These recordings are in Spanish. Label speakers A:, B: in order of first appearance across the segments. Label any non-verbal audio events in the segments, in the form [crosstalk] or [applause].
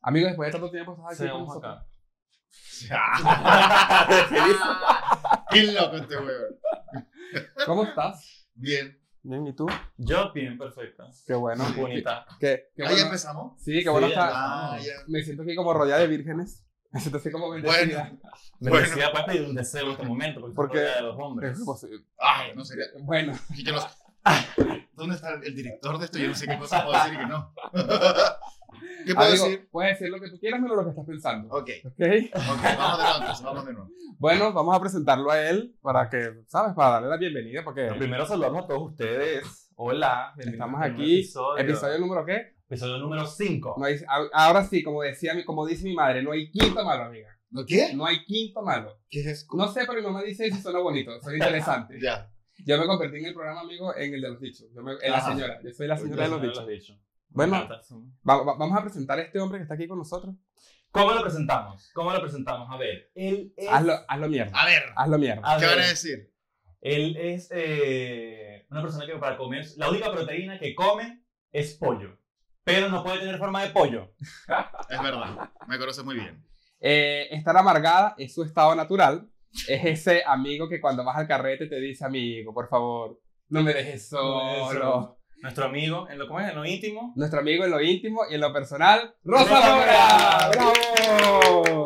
A: Amigos, después de tanto tiempo estás aquí con
B: Seguimos
A: nosotros.
B: acá.
C: [laughs] Qué loco este weón.
A: ¿Cómo estás?
C: Bien.
A: Bien, ¿y tú?
B: Yo bien, perfecta.
A: Qué bueno. [laughs]
B: Bonita.
A: Qué, qué
C: Ahí
A: bueno.
C: empezamos.
A: Sí, qué bueno
B: Sí,
A: estar.
C: Ah, ya.
A: Me siento aquí como rodeada de vírgenes. [laughs] Me siento así como bendecida.
B: Bendecida puedes pedir un deseo en este momento, porque,
A: Porque-
B: porque de los hombres.
A: Es imposible.
C: Ay, no sería.
A: Bueno,
C: Yo no sé. ¿Dónde está el director de esto? Yo no sé qué cosa puedo decir y que no. [laughs] ¿Qué puedo
A: amigo,
C: decir?
A: puedes decir lo que tú quieras, menos lo que estás pensando.
C: Ok,
A: ¿Ok?
C: ok, vamos de nuevo entonces, vamos de nuevo.
A: Bueno, vamos a presentarlo a él para que, ¿sabes? Para darle la bienvenida, porque
B: Primero saludamos a todos ustedes. Hola, bienvenidos
A: Estamos
B: al primer
A: aquí,
B: Episodio,
A: episodio número qué?
B: Episodio número 5.
A: No hay- a- ahora sí, como decía, mi- como dice mi madre, no hay quinto malo, amiga.
C: ¿No qué?
A: No hay quinto malo.
C: ¿Qué es eso?
A: No sé, pero mi mamá dice eso suena bonito, suena interesante.
C: Ya.
A: Yo me convertí en el programa, amigo, en el de los dichos. Yo me- en la
C: Ajá.
A: señora. Yo soy la señora de los dichos. Bueno.
B: Bueno,
A: Va- va- vamos a presentar a este hombre que está aquí con nosotros.
B: ¿cómo lo presentamos? ¿Cómo lo presentamos? A ver, él es.
A: Hazlo, hazlo mierda.
C: A ver,
A: Hazlo mierda.
B: a
C: ¿qué van a
B: ver,
C: decir?
B: Él es eh, una persona que para comer, la única proteína que come es pollo, pero no puede tener forma de pollo.
C: Es verdad, me conoces muy bien.
A: Eh, estar amargada es su estado natural. Es ese amigo que cuando vas al carrete te dice, amigo, por favor, no me dejes
B: No me dejes
A: solo.
B: solo. Nuestro amigo, en lo, ¿cómo es? En lo íntimo.
A: Nuestro amigo en lo íntimo y en lo personal, Rosa
B: Rosa
A: Lora.
B: Lora.
A: ¡Bravo!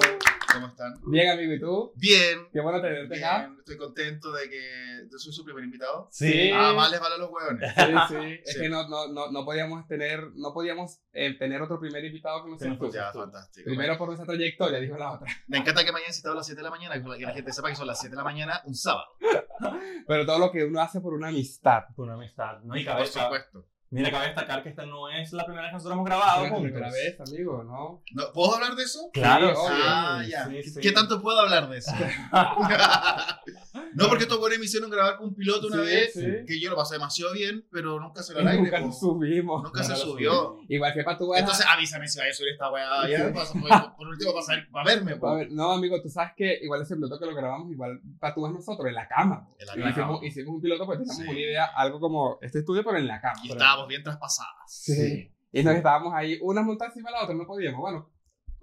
C: ¿Cómo están?
A: Bien, amigo, ¿y tú?
C: Bien.
A: Qué bueno tenerte acá.
C: Bien, estoy contento de que yo soy su primer invitado.
A: Sí.
C: Ah, más les vale a
A: [laughs]
C: los huevones.
A: Sí, sí. Es
C: Sí.
A: que no, no, no, no podíamos tener, no podíamos eh, tener otro primer invitado que no
B: Que
A: seas
B: no
A: tú.
B: fuese.
C: Ya,
B: tú.
C: fantástico.
A: Primero por nuestra trayectoria, dijo la otra.
C: Me encanta que me hayan citado a las 7 de la mañana, que la- que la gente sepa que son las 7 de la mañana un sábado.
A: [laughs] Pero todo lo que uno hace por una amistad.
B: Por una amistad. No, y cabe,
C: Por supuesto.
B: mira, cabe destacar que esta no es la primera vez que nosotros hemos
A: Ah,
B: grabado
A: la
B: juntos.
A: primera vez, amigo, ¿no?
C: No, ¿Puedo hablar de eso?
B: Claro,
A: Sí,
B: sí,
C: Ah, ya.
B: sí,
C: ¿Qué-
B: sí.
C: ¿Qué tanto puedo hablar de eso?
A: [laughs]
C: no, porque estos buenos me hicieron grabar con un piloto una
A: Sí,
C: vez,
A: sí.
C: que yo lo pasé demasiado bien, pero nunca se lo al
A: [laughs]
C: aire.
A: Nunca
C: po.
A: nos subimos.
C: Nunca se
B: Nunca lo
C: subió.
A: [laughs] Igual que para tu weá.
C: Entonces avísame si vaya a subir esta
A: [laughs]
C: weá. ya,
A: Sí.
C: pasa, pues, por, por último, para, saber- para verme. po.
A: A ver, no, amigo, tú sabes que igual ese piloto que lo grabamos, igual patúas nosotros, en la cama.
C: En la
A: Y
C: cama.
A: Hicimos, hicimos un piloto porque teníamos
C: Sí.
A: una idea, algo como este estudio, pero en la cama.
C: Y estábamos bien traspasadas.
A: Sí. Y nos estábamos ahí, una montada encima de la otra, no podíamos. Bueno,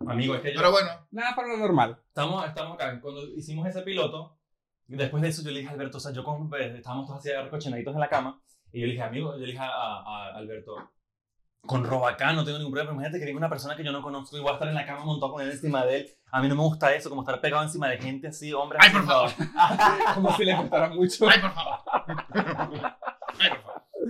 B: Amigo, es que yo-
C: Pero bueno,
A: nada paranormal.
B: estamos, estamos acá. Cuando hicimos ese piloto, después de eso yo le dije a Alberto, o sea, yo con, eh, estábamos todos así recochinaditos en la cama, y yo le dije, amigo, yo le dije a, a- a Alberto, con Robacán no tengo ningún problema, pero imagínate que venga una persona que yo no conozco y voy a estar en la cama montado con él encima de él. A mí no me gusta eso, como estar pegado encima de gente así, hombre.
C: Ay,
A: [laughs]
C: por favor.
A: [laughs] Como si le gustara mucho.
C: ay, por favor. ay, por favor.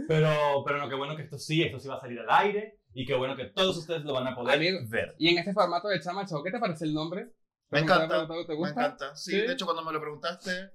B: Pero, pero no, qué bueno que esto sí, esto sí va a salir al aire, y qué bueno que todos ustedes lo van a poder
A: Amigo.
B: ver.
A: Y en este formato de chama, chao, ¿qué te parece el nombre?
C: Me
A: ¿Te
C: encanta,
A: gusta? ¿Te,
C: Me
A: gusta?
C: encanta. Sí,
A: Sí.
C: de hecho, cuando me lo preguntaste,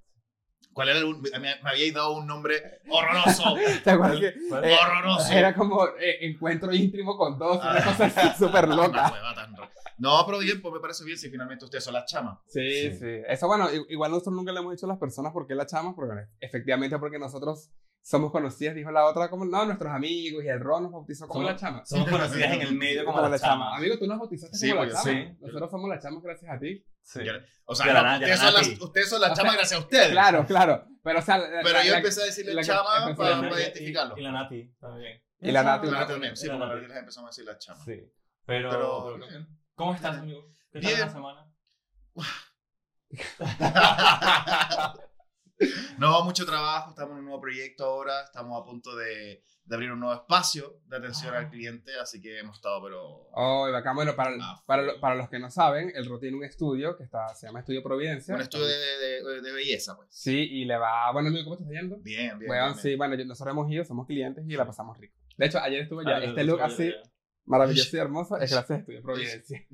C: ¿cuál era el, me, me habíais dado un nombre
A: [laughs]
C: horroroso.
A: ¿Te acuerdas que [laughs]
B: ¿Cuál-
A: Eh,
C: horroroso.
A: era como eh, encuentro íntimo con dos, una
C: Ah.
A: cosa así súper
C: Una
A: loca?
C: hueva tan rara. No, pero bien, pues me parece bien si finalmente ustedes son las chamas.
A: Sí, sí,
B: Sí.
A: Eso, bueno, i- igual nosotros nunca le hemos dicho a las personas por qué la chamas, porque efectivamente porque nosotros somos conocidas, dijo la otra, como, no, nuestros amigos, y el Ron nos bautizó como
B: Somos-
A: la chama.
B: Somos conocidas en el medio como,
A: Como
B: la chama.
A: Amigo, tú nos bautizaste
C: Sí,
A: como la
C: porque
A: chama.
B: sí.
A: Nosotros somos la chama gracias a ti.
B: Sí.
C: O sea,
B: Ya la
C: no,
B: na- ya
C: ustedes,
B: la
C: son
B: nací.
C: las, ustedes son las
A: [laughs]
C: chamas gracias a ustedes.
A: Claro, claro. Pero, o sea, la-
C: Pero
A: la-
C: yo
A: la-
C: empecé a decirle
A: la que-
C: chama
A: empezó
C: para,
A: la-
C: para
A: y-
C: identificarlo.
B: Y la Nati también.
A: Y la Nati,
C: Claro,
A: la-
C: Ah, también. Sí,
B: la-
C: porque
B: la-
C: les empezamos a decir las chamas.
B: Sí. Pero,
C: Pero.
B: pero, ¿cómo estás, amigo? ¿Qué tal
C: Bien.
B: la semana?
C: no, mucho trabajo. Estamos en un nuevo proyecto ahora. Estamos a punto de, de abrir un nuevo espacio de atención
A: Ah.
C: al cliente. Así que hemos estado, pero.
A: Oh, bacán. Bueno, para,
C: Ah,
A: para, lo- para los que no saben, el Ro tiene un estudio que está, se llama Estudio Providencia.
C: Un estudio de, de- de belleza, pues.
A: Sí, y le va... Bueno, amigo, ¿cómo te está yendo?
C: Bien, bien.
A: Bueno,
C: bien,
A: sí, bueno, yo- nosotros hemos ido, somos clientes y la pasamos rico. De hecho, ayer estuve allá.
B: Ah,
A: este
B: yo-
A: look
B: yo-
A: así,
B: yo-
A: maravilloso y hermoso, es gracias a Estudio Providencia.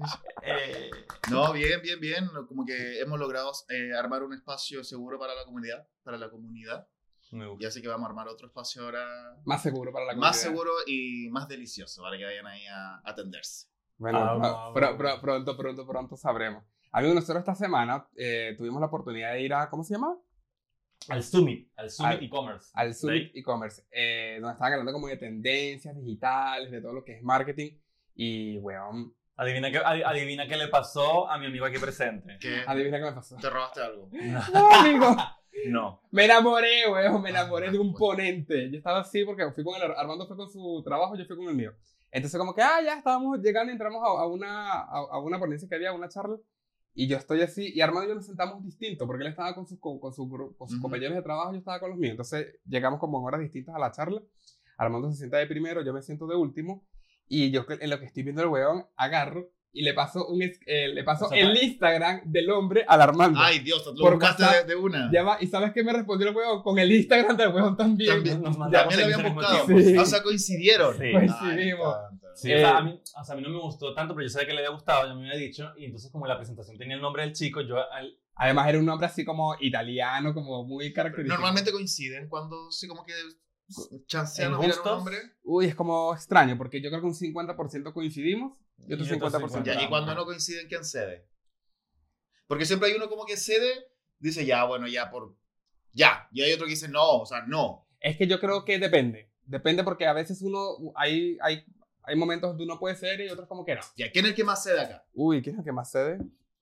B: Eh,
C: No, bien, bien, bien. Como que hemos logrado eh, armar un espacio seguro para la comunidad, para la comunidad.
B: me
C: Y
B: gusta.
C: así que vamos a armar otro espacio ahora
A: Más seguro para la comunidad.
C: más seguro y más delicioso para que vayan ahí a atenderse.
A: Bueno,
B: Ah,
A: pro-
B: ah,
A: pro-
B: bueno.
A: pro- pronto, pronto, pronto sabremos. Amigo, nosotros esta semana eh, tuvimos la oportunidad de ir a... ¿Cómo se llama?
B: Al Summit, al Summit
A: Al-
B: e-commerce.
A: al Summit e-commerce, eh, donde estaban hablando como de tendencias digitales, de todo lo que es marketing. Y, weón,
B: Adivina qué, adi- adivina qué le pasó a mi amigo aquí presente.
C: ¿Qué?
A: adivina qué me
C: [laughs]
A: pasó.
C: ¿Te
A: [laughs]
C: robaste algo?
A: No, amigo,
B: No.
A: me enamoré,
B: Ah,
A: weón, me enamoré de un
C: Bueno.
A: ponente. Yo estaba así porque fui con el, Armando fue con su trabajo, yo fui con el mío. Entonces como que, ah, ya estábamos llegando y entramos a, a una, a, a una ponencia que había, a una charla. Y yo estoy así, y Armando y yo nos sentamos distintos, porque él estaba con sus, co- con su gru- con sus
C: Ujú.
A: compañeros de trabajo, yo estaba con los míos. Entonces llegamos como en horas distintas a la charla. Armando se sienta de primero, yo me siento de último. Y yo que- en lo que estoy viendo el huevón, agarro y le paso, un, es- eh, le paso
B: O sea,
A: el Instagram del hombre al Armando.
C: Ay, Dios, te lo
A: Por
C: buscaste
A: WhatsApp,
C: de, de una.
A: Ya va, y ¿sabes qué me respondió el huevón? Con el Instagram del huevón también.
C: También.
B: Nos mandamos
C: También lo
B: el
C: habían
B: mismo
C: buscado. Ah,
B: tiempo.
A: Sí.
C: O sea, coincidieron.
B: Sí.
A: Pues
C: Ay, me
A: Coincidimos.
C: encanta.
B: Sí, o, sea, a mí, o sea, a mí no me gustó tanto, pero yo sabía que le había gustado, ya me había dicho. Y entonces, como la presentación tenía el nombre del chico, yo al-
A: Además era un hombre así como italiano, como muy
C: Pero
A: característico.
C: Normalmente coinciden cuando sí como que chancean
B: ¿En
C: a mirar a un
B: gustos?
C: hombre.
A: Uy, es como extraño, porque yo creo que un 50% coincidimos y otro
B: Y otro
A: 50%.
C: Ya, y
A: no.
C: cuando no coinciden, ¿quién cede? Porque siempre hay uno como que cede, dice ya, bueno, ya por... Ya. Y hay otro que dice no, o sea, no.
A: Es que yo creo que depende. Depende porque a veces uno, hay, hay, hay momentos donde uno puede ceder y otros como que no.
C: Ya, ¿quién es el que más cede acá?
A: Uy, ¿quién es el que más cede?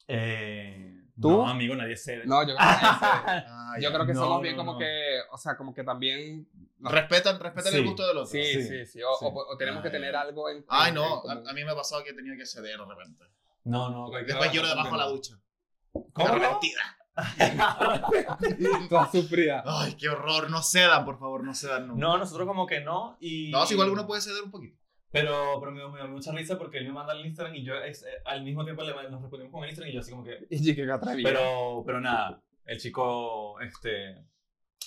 B: Eh,
A: ¿Tú?
B: No, amigo, nadie cede.
A: No, yo creo que nadie cede.
C: Ah,
A: Yo
C: ya.
A: creo que
B: No,
A: somos
B: no,
A: bien como
B: no.
A: que, o sea, como que también... no.
C: Respetan, respetan
B: Sí.
C: el gusto del otro.
A: Sí, sí,
B: Sí,
A: sí. O,
B: sí.
A: o- o tenemos que
C: Ay.
A: tener algo en...
C: Ay,
A: en- en
C: no,
A: común.
C: a, a mí me ha pasado que he tenido que ceder de repente.
B: No, no.
C: Después lloro debajo de la
B: ducha.
C: ducha.
B: ¿Cómo?
C: Arrepentida.
A: [laughs] Toda
C: [laughs]
A: sufrida.
C: Ay, qué horror. No cedan, por favor, no cedan nunca.
B: No, nosotros como que no. Y...
C: No, si igual uno puede ceder un poquito.
B: Pero, pero me, me dio mucha risa porque él me manda el Instagram y yo es- eh, al mismo tiempo le, nos respondimos con el Instagram y yo así como que...
A: Y que atrevida.
B: Pero, pero nada, el chico este,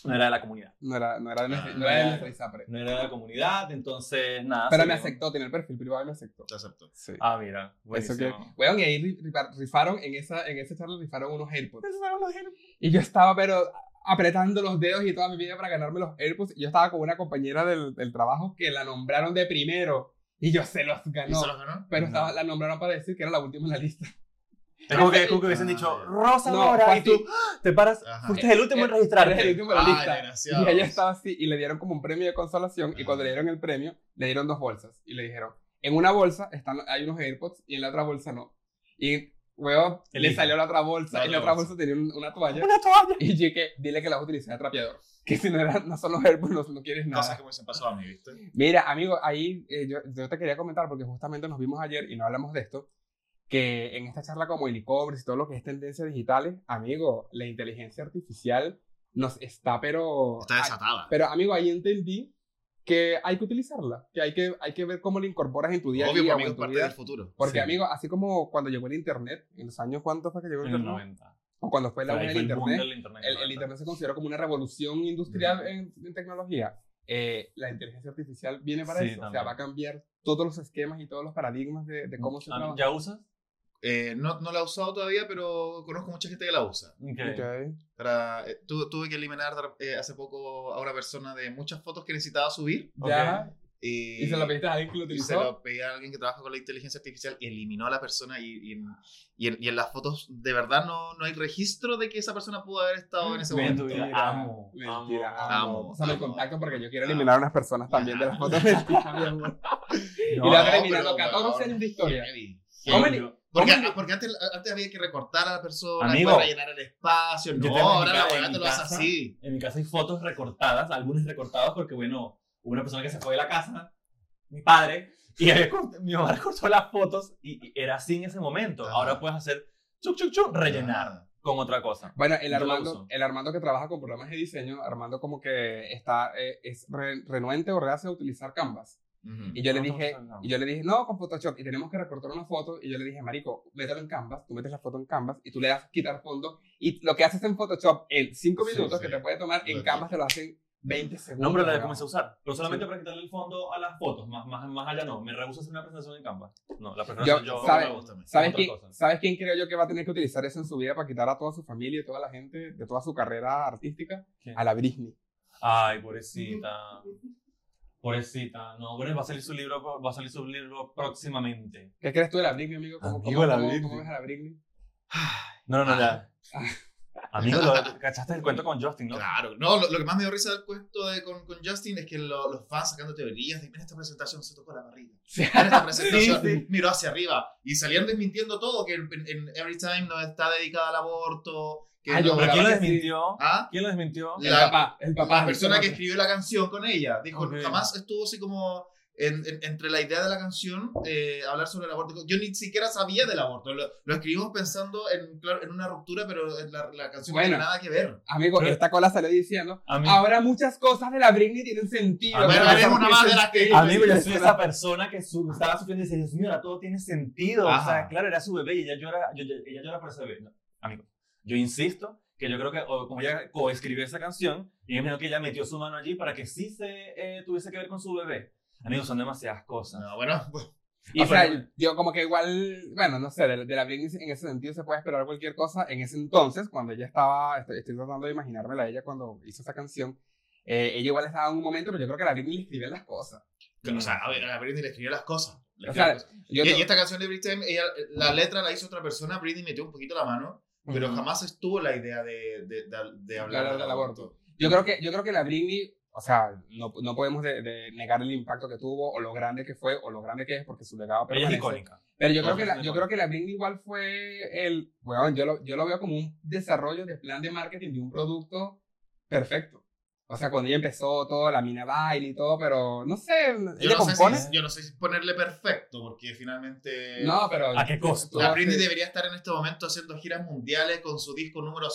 B: no era de la comunidad.
A: No era, no era de nuestra, no
C: Ah,
A: era de
B: ya.
A: nuestra ISAPRE.
B: No era de la comunidad, entonces nada.
A: Pero
B: se
A: me
B: dio-
A: aceptó, tiene el perfil privado y me aceptó.
C: Te acepto.
A: Sí.
B: Ah, mira,
A: Eso
B: buenísimo.
A: que, weón, y ahí ri- ripa- rifaron, en esa, en esa charla rifaron unos AirPods.
B: Esos fueron los genios.
A: Y yo estaba, pero apretando los dedos y toda mi vida para ganarme los AirPods. Y yo estaba con una compañera del, del trabajo que la nombraron de primero. Y yo se los
C: ¿Y
A: ganó.
C: se los ganó?
A: Pero
B: No.
A: estaba- la nombraron para decir que era la última en la lista.
B: Es como que, es como que hubiesen
C: Ah,
B: dicho,
C: ya.
B: Rosa
A: No,
B: Mora,
A: fue
B: y tú "Ah, te paras,
C: Ajá.
B: fuiste el último en
A: Eh, Era el
B: registrarte.
A: último en la
C: Ay,
A: lista.
C: desgraciados.
A: Y ella estaba así y le dieron como un premio de consolación. Y
C: Ah.
A: cuando le dieron el premio, le dieron dos bolsas. Y le dijeron, en una bolsa están, hay unos AirPods y en la otra bolsa no. Y, weón, le
B: Elija.
A: salió la otra bolsa.
C: La
A: y en la
C: otra
A: otra bolsa, tenía un- una toalla.
B: Una toalla.
A: Y yo que dile que las utilicé de trapeador. Que si no, era, no son los AirPods, no, no quieres nada.
C: Cosas que me se pasó a mí, ¿viste?
A: Mira, amigo, ahí eh, yo, yo te quería comentar, porque justamente nos vimos ayer y no hablamos de esto, que en esta charla como el e-commerce y todo lo que es tendencias digitales, amigo, la inteligencia artificial nos está, pero...
C: Está
A: ay,
C: desatada.
A: pero, amigo, ahí entendí que hay que utilizarla, que hay que, hay que ver cómo la incorporas en tu día a
C: Obvio,
A: día. o
C: amigo,
A: en
C: es
A: tu
C: parte
A: vida.
C: del futuro.
A: Porque,
B: Sí.
A: amigo, así como cuando llegó el internet, en los años cuántos fue que llegó el
B: En el
A: internet,
B: 90.
A: o cuando fue la
B: Ahí
A: buena
B: fue
A: del
B: el boom
A: internet,
B: del internet.
A: el, el Internet se consideró como una revolución industrial
C: Ujú.
A: en, en tecnología. Eh, la inteligencia artificial viene para
B: Sí,
A: eso. O sea,
B: también.
A: va a cambiar todos los esquemas y todos los paradigmas de, de cómo se
B: Ah,
A: trabaja.
B: ¿Ya usas?
C: Eh, no, no la he usado todavía, pero conozco mucha gente que la usa.
B: Ok.
A: Ok.
C: Para, eh, tu- tuve que eliminar eh, hace poco a una persona de muchas fotos que necesitaba subir.
A: Ya,
C: Y,
A: y se lo pediste a alguien que lo
C: y se
A: utilizó.
C: lo pedí a alguien que trabaja con la inteligencia artificial y eliminó a la persona. Y, y en, y en- y en las fotos, de verdad, no, no hay registro de que esa persona pudo haber estado en ese
B: Ve
C: momento.
B: tu vida.
A: [laughs]
B: Amo,
A: mentira,
B: amo,
A: amo.
C: amo,
A: Pásame el
C: amo.
A: contacto porque yo quiero eliminar a unas personas también de las fotos. Mentira, mi amor.
B: [laughs] No,
A: y le han
C: pero,
A: eliminado 14 años
C: weón,
A: de historia.
C: heavy.
B: sí,
A: ¿Cómo le-
B: yo-
C: Porque,
A: ¿Cómo le-
C: porque antes, antes había que recortar a la persona,
B: Amigo.
C: después rellenar el espacio.
B: Yo
C: No,
B: tengo en mi
C: ahora la
B: ca- en
C: weá
B: mi
C: te lo hace
B: casa.
C: así.
B: En mi casa hay fotos recortadas, álbumes recortados, porque bueno, hubo una persona que se fue de la casa, mi padre, y había cort- mi mamá recortó las fotos y, y era así en ese momento.
C: Ajá.
B: Ahora puedes hacer chuc, chuc, chuc, rellenar con otra cosa.
A: Bueno, el
B: Yo la
A: Armando,
B: uso.
A: el Armando que trabaja con programas de diseño, Armando como que está, eh, es re- renuente o reacio a utilizar Canvas.
C: Ujú.
A: Y yo le
B: No, no,
A: dije,
B: no, no.
A: y yo le dije, no, con Photoshop. Y tenemos que recortar una foto. Y yo le dije, marico, mételo en Canvas. Tú metes la foto en Canvas y tú le das quitar fondo. Y lo que haces en Photoshop en 5
C: Sí,
A: minutos
C: sí.
A: que te puede tomar, en
C: Verdad.
A: Canvas te lo hacen 20 segundos.
B: No, hombre, la
A: weón.
B: comencé a usar. Pero solamente
A: Sí.
B: para quitarle el fondo a las fotos, más, más, más allá no. Me rehuso a hacer una presentación en Canva. No, la
A: Yo-
B: presentación yo, no
A: ¿sabe-
B: me gusta.
A: ¿Sabes
B: Otra
A: quién,
B: cosa.
A: ¿Sabes quién creo yo que va a tener que utilizar eso en su vida para quitar a toda su familia y toda la gente de toda su carrera artística?
B: ¿Quién?
A: A la Britney.
B: Ay, pobrecita. Pobrecita. No, bueno, va a salir su libro, va a salir su libro próximamente.
A: ¿Qué crees tú de la Britney, amigo? ¿Cómo,
B: Amigo,
A: cómo-
B: la
A: cómo-
B: Britney.
A: cómo ves a la Britney?
B: No, no, no, ya.
A: Ah.
B: Amigo, lo- cachaste el cuento con Justin, ¿no?
C: Claro, no, lo, lo que más me dio risa del cuento de, con, con Justin es que lo- los fans sacando teorías de, mira esta presentación se tocó
B: [laughs]
C: la barriga,
A: Sí.
C: mira esta presentación
B: Sí, sí.
C: miró hacia arriba y salían desmintiendo todo, que en, en Every Time no está dedicada al aborto, que
A: Ay,
C: no-
A: Ah, yo
B: Ah, Pero
A: la verdad que
B: ¿quién lo
A: sí.
B: desmintió?
C: ¿Ah?
B: ¿Quién lo desmintió?
A: El
C: La-
A: papá, el papá.
C: la persona
A: el
C: que
A: papá.
C: escribió la canción con ella dijo,
B: Ok.
C: jamás estuvo así como en- en- entre la idea de la canción, eh, hablar sobre el aborto. Yo ni siquiera sabía del aborto. Lo, lo escribimos pensando en, claro, en una ruptura, pero en la, la canción no
A: Bueno.
C: tiene nada que ver.
A: Amigo,
B: Pero-
A: esta cola salió diciendo.
B: A mí,
A: Ahora muchas cosas de la Britney tienen sentido.
B: Ah, bueno,
A: pero
C: eres una
A: no
C: más
A: tiene
C: de las que-
A: sentido.
B: amigo, yo soy esa persona que su- estaba sufriendo y decía, Dios mío, ahora todo tiene sentido. O
C: Ajá.
B: sea, claro, era su bebé y ella llora, yo- yo- ella llora por ese bebé. No, amigo, yo insisto que yo creo que o, como ella coescribió esa canción, y imagino que ella metió su mano allí para que sí se eh, tuviese que ver con su bebé. Amigos, son demasiadas cosas.
C: No, bueno,
A: Y,
B: Ah,
A: o sea,
B: pero-
A: yo como que igual, bueno, no sé, de, de la Britney en ese sentido se puede esperar cualquier cosa. En ese entonces, cuando ella estaba, estoy, estoy tratando de imaginármela a ella cuando hizo esa canción, eh, ella igual estaba en un momento, pero yo creo que la Britney le escribía las cosas.
C: que- o sea, a ver, a Britney le escribió las cosas. Le
A: Mm. O
C: escribió
A: sea,
C: las cosas.
A: Yo
C: y,
A: no-
C: y esta canción de Britney, ella, la letra la hizo otra persona, Britney metió un poquito la mano, pero
A: Ujú.
C: jamás estuvo la idea de, de, de- de hablar
A: Hablar
C: del
A: del aborto.
C: aborto.
A: Yo creo que, yo creo que la Britney, o sea, no, no podemos de- de negar el impacto que tuvo, o lo grande que fue, o lo grande que es, porque su legado
B: Pero ella es
A: permanece.
B: icónica.
A: Pero yo
B: Ojo,
A: creo, que la, yo
B: mejor.
A: creo que la Britney igual fue el, bueno, yo lo, yo lo veo como un desarrollo de plan de marketing de un producto perfecto. O sea, cuando ella empezó todo, la mina baile y todo, pero no sé,
C: Yo
A: ella
C: no,
A: compone.
C: Sé si, yo no sé si ponerle perfecto, porque finalmente
A: No, pero...
B: ¿A qué costo?
C: eh, la
A: no,
C: Britney
A: sí.
C: debería estar en este momento haciendo giras mundiales con su disco número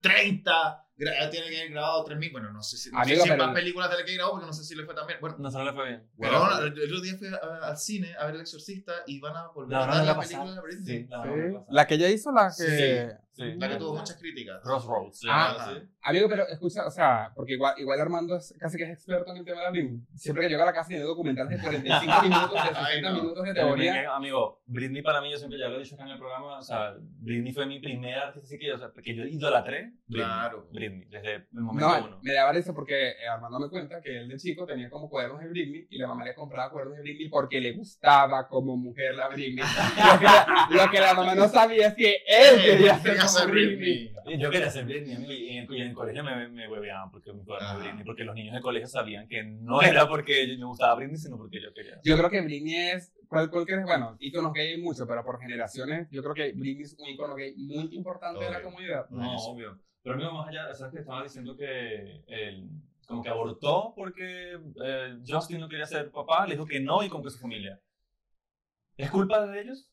C: 30. gra- Tiene que haber grabado 3.000. Bueno, no sé si, no sé
A: Amigo,
C: si es
A: pero-
C: más películas de las que grabó, porque no sé si le fue tan bien. Bueno,
B: No, solo le fue bien.
C: pero bueno, el el otro día fui a- al cine a ver El Exorcista y van a volver
B: La
C: a
B: van a
C: dar
B: volver
C: la
B: a pasar.
C: película de Britney.
B: Sí, la
A: Sí.
B: van a volver a pasar.
A: La que ella hizo, la que...
C: Sí.
B: Sí.
C: La que tuvo muchas críticas.
B: Crossroads. se
A: Ah,
B: llama,
C: ajá.
B: sí.
A: Amigo, pero escucha, o sea, porque igual, igual Armando es, casi que es experto en el tema de la Britney. Siempre que llega a la casa tiene documentales de 45 minutos, de 60
C: [laughs] Ay, no.
A: minutos de
B: Pero Britney,
A: teoría.
B: amigo, Britney para mí, yo siempre ya lo he dicho acá en el programa, o sea, Britney fue mi primera artista así que, o sea, que yo idolatré. Britney, [laughs]
C: Claro.
B: Britney, desde el momento
A: No,
B: uno.
A: me daba eso porque eh, Armando me cuenta que él de chico tenía como cuadernos de Britney y la mamá le compraba cuadernos de Britney porque le gustaba como mujer la Britney. [laughs] lo, que la, lo que la mamá no sabía es que él
C: [laughs]
A: quería ser
C: Quería
A: como
C: ser
A: Britney.
C: Britney.
B: Y Yo quería ser Britney, amigo, y en, y en el colegio me, me hueveaban porque me cuaderno
C: Ah.
B: de Britney, porque los niños del colegio sabían que no era porque yo me gustaba Britney, sino porque yo quería.
A: Yo creo que Britney es, ¿cuál, cuál crees? Bueno, íconos gay hay mucho, pero por generaciones, yo creo que Britney es un ícono gay muy importante de la
C: Obvio.
A: comunidad.
B: No, obvio. Pero amigo, más allá, ¿sabes que estaba diciendo que el, como que abortó porque eh, Justin no quería ser papá, le dijo que no y con que su familia. ¿Es culpa de ellos?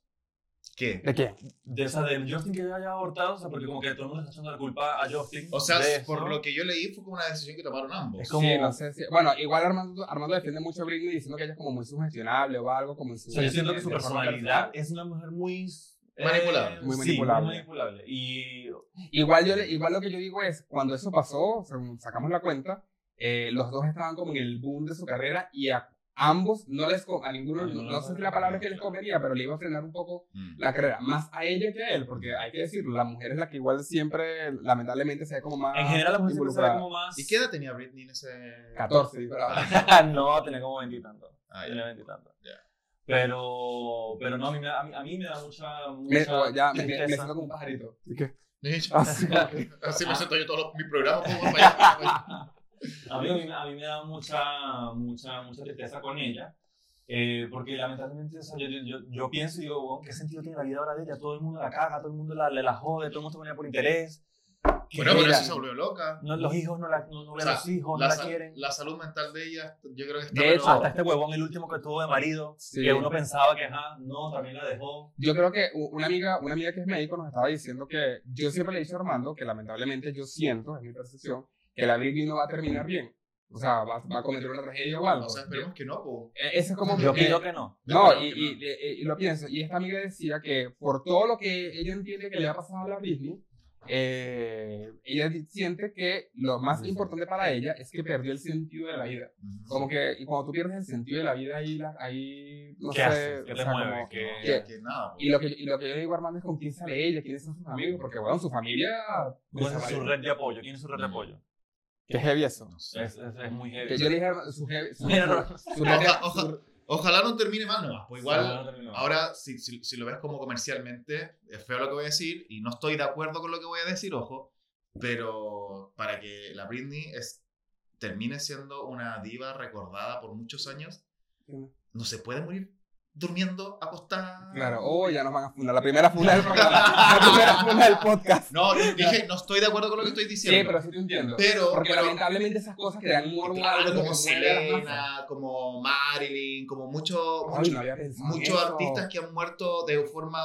C: ¿Qué?
A: ¿De qué?
B: De, o sea, de Justin que haya abortado, o sea, porque como que todo el mundo está echando la culpa a Justin.
C: O sea,
B: de eso.
C: por lo que yo leí, fue como una decisión que tomaron ambos.
B: Es como-
A: Sí, no sé si- Bueno, igual Armando, Armando defiende mucho a Britney diciendo que ella es como muy sugestionable o algo como en su...
B: O sea, yo siento que su
A: de forma
B: personalidad es una mujer muy... eh,
C: Manipulable.
A: Muy
B: sí,
A: manipulable.
B: muy manipulable. Y
A: Igual, yo, le- igual lo que yo digo es, cuando eso pasó, según sacamos la cuenta, eh, los dos estaban como en el boom de su carrera y a ambos, no les, co- a ninguno, no, no sé si la palabra es que les convenía, pero le iba a frenar un poco
C: Mm.
A: la carrera, más a ella que a él, porque hay que decirlo, la mujer es la que igual siempre, lamentablemente, se ve como más...
B: en general la mujer siempre se ve
A: involucrada.
B: como Ah, más...
C: Ah, ¿Y qué edad tenía Britney en ese...?
A: 14, digo, la-
B: [laughs] no, tenía como 20 y tanto.
C: Ah,
B: Tenía [laughs]
C: ya.
B: 20 y tanto.
C: Ya.
B: Pero, pero no, a mí, me da- a, mí, a mí me da mucha,
A: me,
B: mucha
A: o- ya, me, me- me
B: tristeza.
A: siento como un pajarito.
C: [laughs] Así me siento yo todos los- mis programas. pongo para allá, para allá.
B: A mí, a mí- a mí me da mucha, mucha, mucha tristeza con ella, eh, porque lamentablemente o sea, yo, yo- yo- yo pienso y digo, "Wow, ¿qué sentido tiene la vida ahora de ella? Todo el mundo la caga, todo el mundo la, la, la jode, todo el mundo se ponía por interés. Que
C: Bueno, por
B: mira,
C: eso se volvió loca.
B: no, los hijos no, la, no, no ven
C: O sea,
B: a los hijos,
C: la,
B: no la
C: sa-
B: quieren.
C: la salud mental de ella, yo creo que
A: De
C: está. pero-
A: hecho,
B: Hasta este huevón, el último que tuvo de marido,
A: Sí.
B: que uno pensaba que, ajá, no, también la dejó.
A: Yo creo que u- una amiga, una amiga que es médico nos estaba diciendo que yo siempre le he dicho a Armando que lamentablemente yo siento, es mi percepción, que la Britney no va a terminar bien. O sea, va, va a cometer una tragedia o algo.
C: o sea, esperemos que no. pues. po.
A: E- Ese es como mi-
B: Yo
A: eh,
B: pido que no.
A: No, y,
C: Esperemos que
A: y- y- y lo pienso. Y esta amiga decía que por todo lo que ella entiende que le ha pasado a la Britney, eh, ella di- siente que lo más importante para ella es que perdió el sentido de la vida.
C: Ujú.
A: Como que y cuando tú pierdes el sentido de la vida, ahí, la- ahí no
B: ¿Qué
A: sé,
B: haces? ¿Qué
A: o
B: te
A: sea,
B: mueve?
A: como-
B: ¿Qué-
C: Que- que nada. pues. po.
A: y lo, que, y lo que yo le digo a Armando es con quién sale ella, quiénes son sus amigos, porque bueno, su familia. pues,
B: ¿Cuál es su red de apoyo? ¿Quién es su red de apoyo?
A: Qué heavy eso.
C: No sé.
B: Es, es, es muy
A: Mm. Que
B: heavy.
A: yo le dije a su jefe. Su, su,
B: Mira,
A: su red de-
C: Oja- oja-
A: su-
C: Ojalá no termine mal nomás. pues igual,
B: No, no, no, no.
C: ahora, si, si, si lo ves como comercialmente, es feo lo que voy a decir y no estoy de acuerdo con lo que voy a decir, ojo. Pero para que la Britney es, termine siendo una diva recordada por muchos años, no se puede morir. durmiendo, acostada.
A: Claro, oh, ya nos van a funar. La primera funa del podcast.
C: [laughs]
A: La primera funa del podcast.
C: No, dije, no estoy de acuerdo con lo que estoy
A: Sí,
C: diciendo.
A: pero sí te entiendo.
C: pero,
A: Porque
C: pero-
A: lamentablemente esas cosas que dan morbo a
C: claro,
A: algo
C: como
A: que se mueve a las masas.
C: Selena, como Marilyn, como mucho-
A: Ay,
C: mucho-
A: no había pensado en
C: muchos
A: eso.
C: artistas que han muerto de forma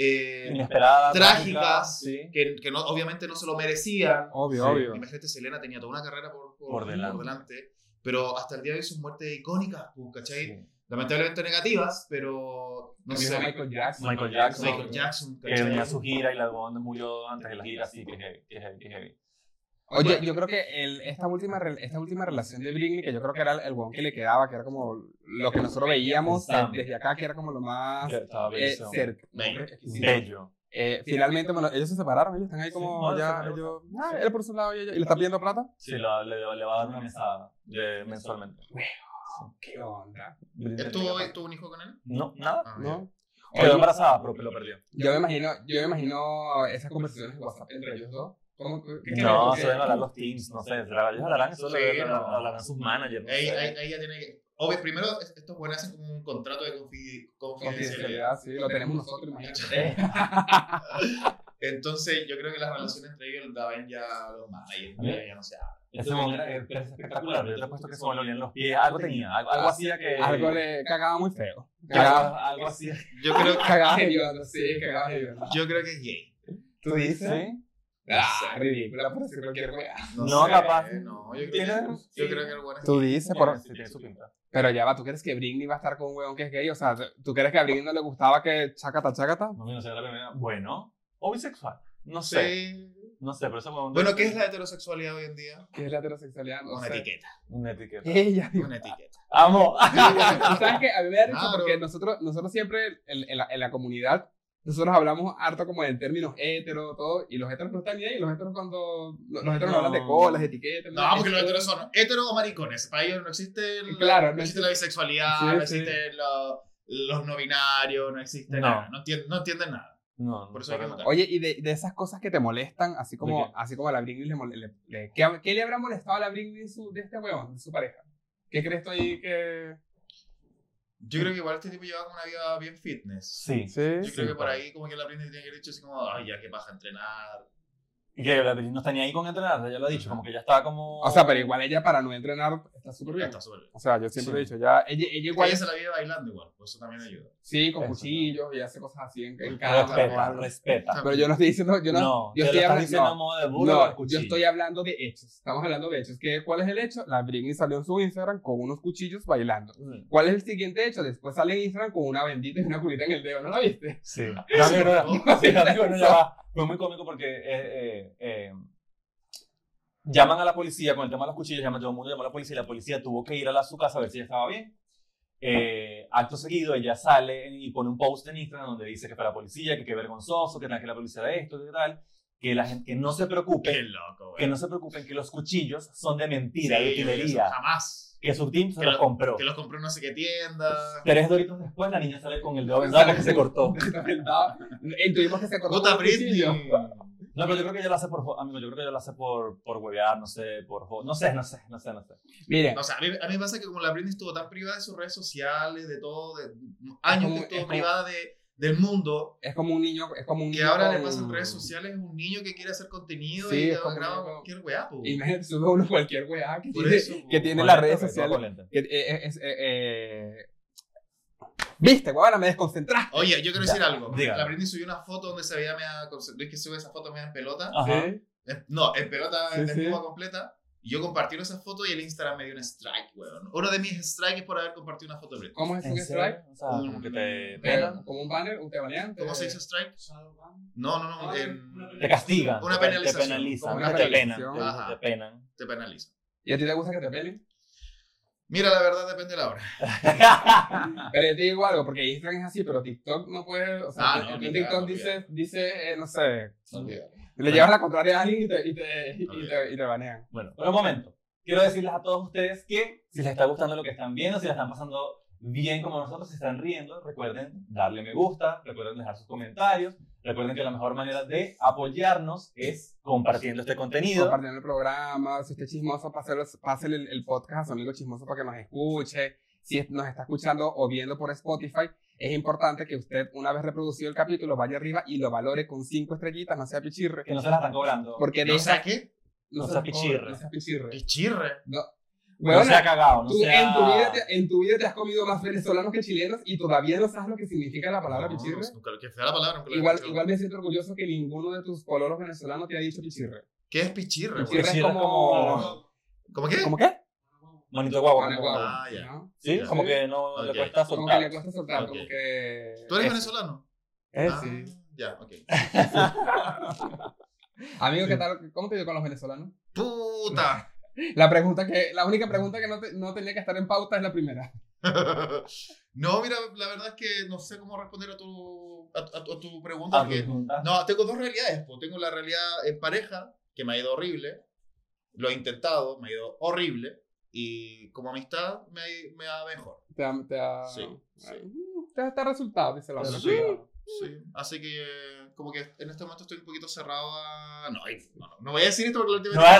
C: eh,
B: Inesperada.
C: Trágicas.
B: trágica, Sí.
C: que, que no, obviamente no se lo merecían.
A: Obvio,
B: Sí.
A: obvio.
C: Imagínate, Selena tenía toda una carrera por, por-
B: Por delante.
C: delante, pero hasta el día de hoy son muertes icónicas, pues, ¿cachai?
B: Sí.
C: Lamentablemente negativas, pero no
A: También
C: sé.
A: a Michael Jackson.
B: Michael Jackson.
C: Michael Jackson,
B: Que tenía
C: ¿cachai?
B: su gira y la banda murió antes de la gira, sí, que es heavy. Que es heavy, que es heavy.
A: Oye, Pues, yo creo que el- esta, última, rel- esta última relación de Britney, que yo creo que era el guón que le quedaba, que era como lo que nosotros veíamos
B: Pensamos.
A: desde acá, que era como lo más
B: Que estaba
A: eh,
B: bellísimo.
A: cerca.
C: Bello.
B: Bello.
A: Eh, finalmente, bueno, ellos se separaron, ellos están ahí como
B: no, se
A: ya,
B: separaron.
A: ellos, ah, él por su lado y, ella- y le está pidiendo plata.
B: Sí, la- le, le va a dar una mesada de- mensualmente.
A: ¿Qué onda?
C: ¿Estuvo, ¿Estuvo un hijo con él?
B: No, nada.
C: Ah, ya.
A: ¿No?
B: Quedó
A: Oye,
B: embarazada, pero lo perdió.
A: yo me imagino, yo me imagino esas conversaciones de WhatsApp entre ellos dos. ¿Cómo- qué- qué-
B: No,
A: qué-
B: se deben hablar los teams, no sé. será- Ellos hablarán, eso
C: Sí,
B: lo lo-
C: no.
B: lo hablarán sus managers. no
C: Ahí,
B: sé.
C: ahí- ahí ya tiene que. Obvio, primero, es- estos buenos hacen como un contrato de confi- confidencialidad.
A: Confidencialidad, sí, lo tenemos nosotros, imagínate.
C: Entonces, yo creo que las relaciones entre ellos las ven ya los managers.
B: ¿Eh?
C: Ya no sé.
B: [laughs] Ese momento era era espectacular. Yo te he puesto que se me le olían los pies. Algo tenía, algo, algo hacía que.
A: Algo le cagaba muy feo. Cagaba,
B: Algo, algo hacía.
C: Yo creo,
A: [laughs] cagaba hediondo, sí, cagaba hediondo.
C: yo creo que es gay.
A: ¿Tú dices?
B: Sí.
A: Ah, ridícula por decir cualquier wea.
B: No,
C: sé,
B: capaz.
C: No, yo creo,
B: Tiene-
C: que, yo creo que el bueno es
A: Tú dices, por...
B: Sí, tiene su pinta.
A: pero ya va, ¿tú crees que Britney va a estar con un weón que es gay? O sea, ¿tú crees que a Britney no le gustaba que chacata, chacata?
B: No, no sé, la primera. Bueno, o bisexual. No sé.
C: Sí.
B: No sé, pero ese momento.
C: Bueno, ¿qué es la heterosexualidad hoy en día?
A: ¿Qué es la heterosexualidad? No
C: Una
A: sé.
C: [laughs] etiqueta.
B: Una etiqueta.
A: [laughs] Ella dijo.
C: Una etiqueta.
B: ¡Amo!
A: [laughs] ¿Y ¿Sabes qué? A mí me da risa
C: Claro.
A: porque nosotros, nosotros siempre en, en la, en la comunidad, nosotros hablamos harto como en términos hetero, todo, y los heteros no están ni ahí, los heteros cuando, los los heteros no,
B: No.
A: hablan de colas, etiquetas.
C: No, porque los heteros son hetero o maricones. Para ellos no existe, el-
A: Claro,
C: no
A: no
C: existe
A: existe-
C: la bisexualidad,
A: Sí,
C: no
A: sí.
C: existen los, los no binarios, no existe
B: No.
C: nada. No, entien- no entienden nada.
B: No, no
C: Por eso hay que
B: para nada.
C: votar.
A: Oye, y de, de esas cosas que te molestan, así como,
B: ¿De qué?
A: así como a la Britney le, mol- le- le- ¿qué, ha- qué le habrá molestado a la Britney de, su- de este huevón, de su pareja? ¿Qué crees tú ahí que...?
C: Yo creo que igual este tipo lleva como una vida bien fitness.
B: Sí.
A: Sí.
C: Yo creo que por
B: claro.
C: ahí como que la Britney tiene que haber dicho así como, ay, ya que pasa entrenar.
B: Y que la Beatriz no está ni ahí con entrenar, ya lo ha dicho, como que ya estaba como.
A: O sea, pero igual ella para no entrenar está súper bien.
C: Está súper bien.
A: O sea, yo siempre
B: Sí.
A: he dicho, ya, ella, ella igual,
C: Ella se la vive bailando igual, pues eso también ayuda.
A: sí, con
B: Eso,
A: cuchillos y hace cosas así en, en
C: cada
B: Respeta,
A: cámara.
B: respeta.
A: Pero yo no estoy diciendo, Ah, yo no, yo estoy
B: te lo estás
A: hablando-
B: diciendo a modo de burla o al
A: No, yo
B: cuchillo.
A: estoy hablando de hechos. Estamos hablando de hechos. ¿Qué, ¿Cuál es el hecho? La Britney salió en su Instagram con unos cuchillos bailando.
B: Mm,
A: ¿Cuál es el siguiente hecho? Después sale en Instagram con una bendita y una culita en el dedo. ¿No la viste?
B: Sí. No, no, no, no. [laughs] Sí, no, digo, no, ya
A: Eso.
B: va. Fue muy cómico porque eh, eh, eh, llaman a la policía con el tema de los cuchillos, llaman, todo el mundo llamó a la policía y la policía tuvo que ir a, la, su casa a ver si ella estaba bien. Eh, acto seguido, ella sale y pone un post en Instagram donde dice que para la policía, que qué vergonzoso, que la, que la policía de esto, que tal, que la gente que no se preocupe.
C: Qué loco, güey.
B: Que no se preocupen que los cuchillos son de mentira, de
C: Sí, eso
B: utilería.
C: Jamás.
B: Que su team se
C: Que
B: los
C: lo-
B: compró.
C: Que los compró en no sé qué tienda.
B: Tres doritos después la niña sale con el dedo vendado porque se
A: [laughs]
C: [laughs]
B: cortó.
A: Entendimos que se cortó
C: Puta
A: con un
C: Britney.
A: cuchillo.
B: No, pero yo creo que ella lo hace por... jo- Amigo, yo creo que ella lo hace por, por huevear, no sé, por... jo- No sé, no sé, no sé, no sé.
A: Miren,
C: O sea, a mí, a mí me pasa que como la Britney estuvo tan privada de sus redes sociales, de todo, de años
A: como-
C: que
A: es
C: estuvo
A: como-
C: privada de, del mundo,
A: es como un niño, es como un
C: que
A: niño
C: ahora le
A: con-
C: pasa en redes sociales, es un niño que quiere hacer contenido
A: Sí,
C: y
A: es como
C: graba
A: un niño-
C: cualquier weá, po.
A: Imagínate, sube uno cualquier weá que
C: Por
A: tiene,
C: eso,
A: que
C: po.
A: tiene
B: Con
A: las
B: lente,
A: redes
B: pues, todo
A: sociales.
B: con lente.
A: que, eh, es- eh, eh, Viste, weá, me desconcentraste.
C: Oye, yo quiero
B: Ya,
C: decir algo.
B: dígalo.
C: La Britney subió una foto donde se veía media... conce- Es que sube esa foto media en pelota.
B: Ajá.
A: Sí.
C: En- No, en pelota
A: Ah. Sí,
C: en
A: sí.
C: desnuda completa. Y yo compartí esa foto y el Instagram me dio un strike, weón. Uno de mis strikes por haber compartido una foto de Britney.
A: ¿Cómo es
B: ¿En
A: un strike?
B: serio? O sea, como que te
C: Mm.
B: penan.
A: Como un banner, un te banean. te-
C: ¿Cómo se dice strike? Eh, No, no, no. en-
B: Te castigan.
C: Una
B: te-
C: penalización,
B: Te penalizan,
C: como una
B: te penan.
A: penalización.
C: Ajá.
B: Te, te penan.
C: Te penaliza.
A: ¿Y a ti te gusta que te pelen?
C: Mira, la verdad depende de la hora. Ah.
A: Pero yo te digo algo, porque Instagram es así, pero TikTok no puede. O sea,
C: Ah,
A: en-
C: no,
A: en
C: ni
A: TikTok
C: cagando,
A: dice, dice eh, no sé,
C: Olvídate.
A: le llevas la contraria a alguien y te, y te, y
C: Olvídate.
A: te- y te banean.
B: Bueno, pero un momento. Quiero decirles a todos ustedes que si les está gustando lo que están viendo, si la están pasando bien como nosotros, si están riendo, recuerden darle me gusta, recuerden dejar sus comentarios, recuerden que la mejor manera de apoyarnos es compartiendo este contenido.
A: Compartiendo el programa, si usted es chismoso, páselo- pásele el, el podcast a su amigo chismoso para que nos escuche. Si es- nos está escuchando o viendo por Spotify, es importante que usted, una vez reproducido el capítulo, vaya arriba y lo valore con cinco estrellitas, no sea pichirre.
B: Que no se la están cobrando.
A: Porque de
C: ¿No
A: esa-
C: sea qué?
B: no
A: se
B: sea
A: la
B: pichirre.
A: cobran, No sea pichirre.
C: Pichirre.
B: No
A: Huevona,
B: se ha cagado, no
A: tú
B: se
A: en, tu vida te, en tu vida te has comido más venezolanos que chilenos y todavía no sabes lo que significa la palabra
C: No,
A: pichirre.
C: Nunca lo que sea la palabra. nunca lo he
A: Igual,
C: escuchado.
A: igual me siento orgulloso que ninguno de tus coloros venezolanos te ha dicho pichirre.
C: ¿Qué es pichirre?
A: Pichirre.
C: güey?
A: es pues como-
C: ¿Cómo qué?
A: ¿Cómo qué?
B: Monito de guagua.
A: Con el
B: como-
A: guau,
C: Ah, ya.
A: ¿no?
B: Sí,
C: Ya.
B: como que no
C: Ok.
B: le cuesta
A: Como que
B: soltar.
A: le cuesta soltar,
C: Ok.
A: como que...
C: ¿Tú eres
B: Eso.
C: venezolano?
A: Eh,
C: Ah,
A: sí.
C: Ya, ok.
A: Amigo, ¿qué tal? ¿Cómo te dio con los venezolanos?
C: ¡Puta! [laughs]
A: La pregunta que, la única pregunta que no, te- no tenía que estar en pauta es la primera.
C: no, mira, la verdad es que no sé cómo responder a tu, a, a- a tu pregunta.
B: Ah,
C: porque-
B: pregunta.
C: No, tengo dos realidades. po. Tengo la realidad en pareja, que me ha ido horrible. Lo he intentado, me ha ido horrible. Y como amistad, me, ha i- me va mejor.
A: Te ha, te ha,
B: Ah,
C: Sí, sí.
A: Mm, Te ha, te ha resultado, dice la otra.
C: Sí. Sí. Así que, como que en este momento estoy un poquito cerrado a. No, ay, no, no, no voy a decir esto porque la última
B: No
C: vez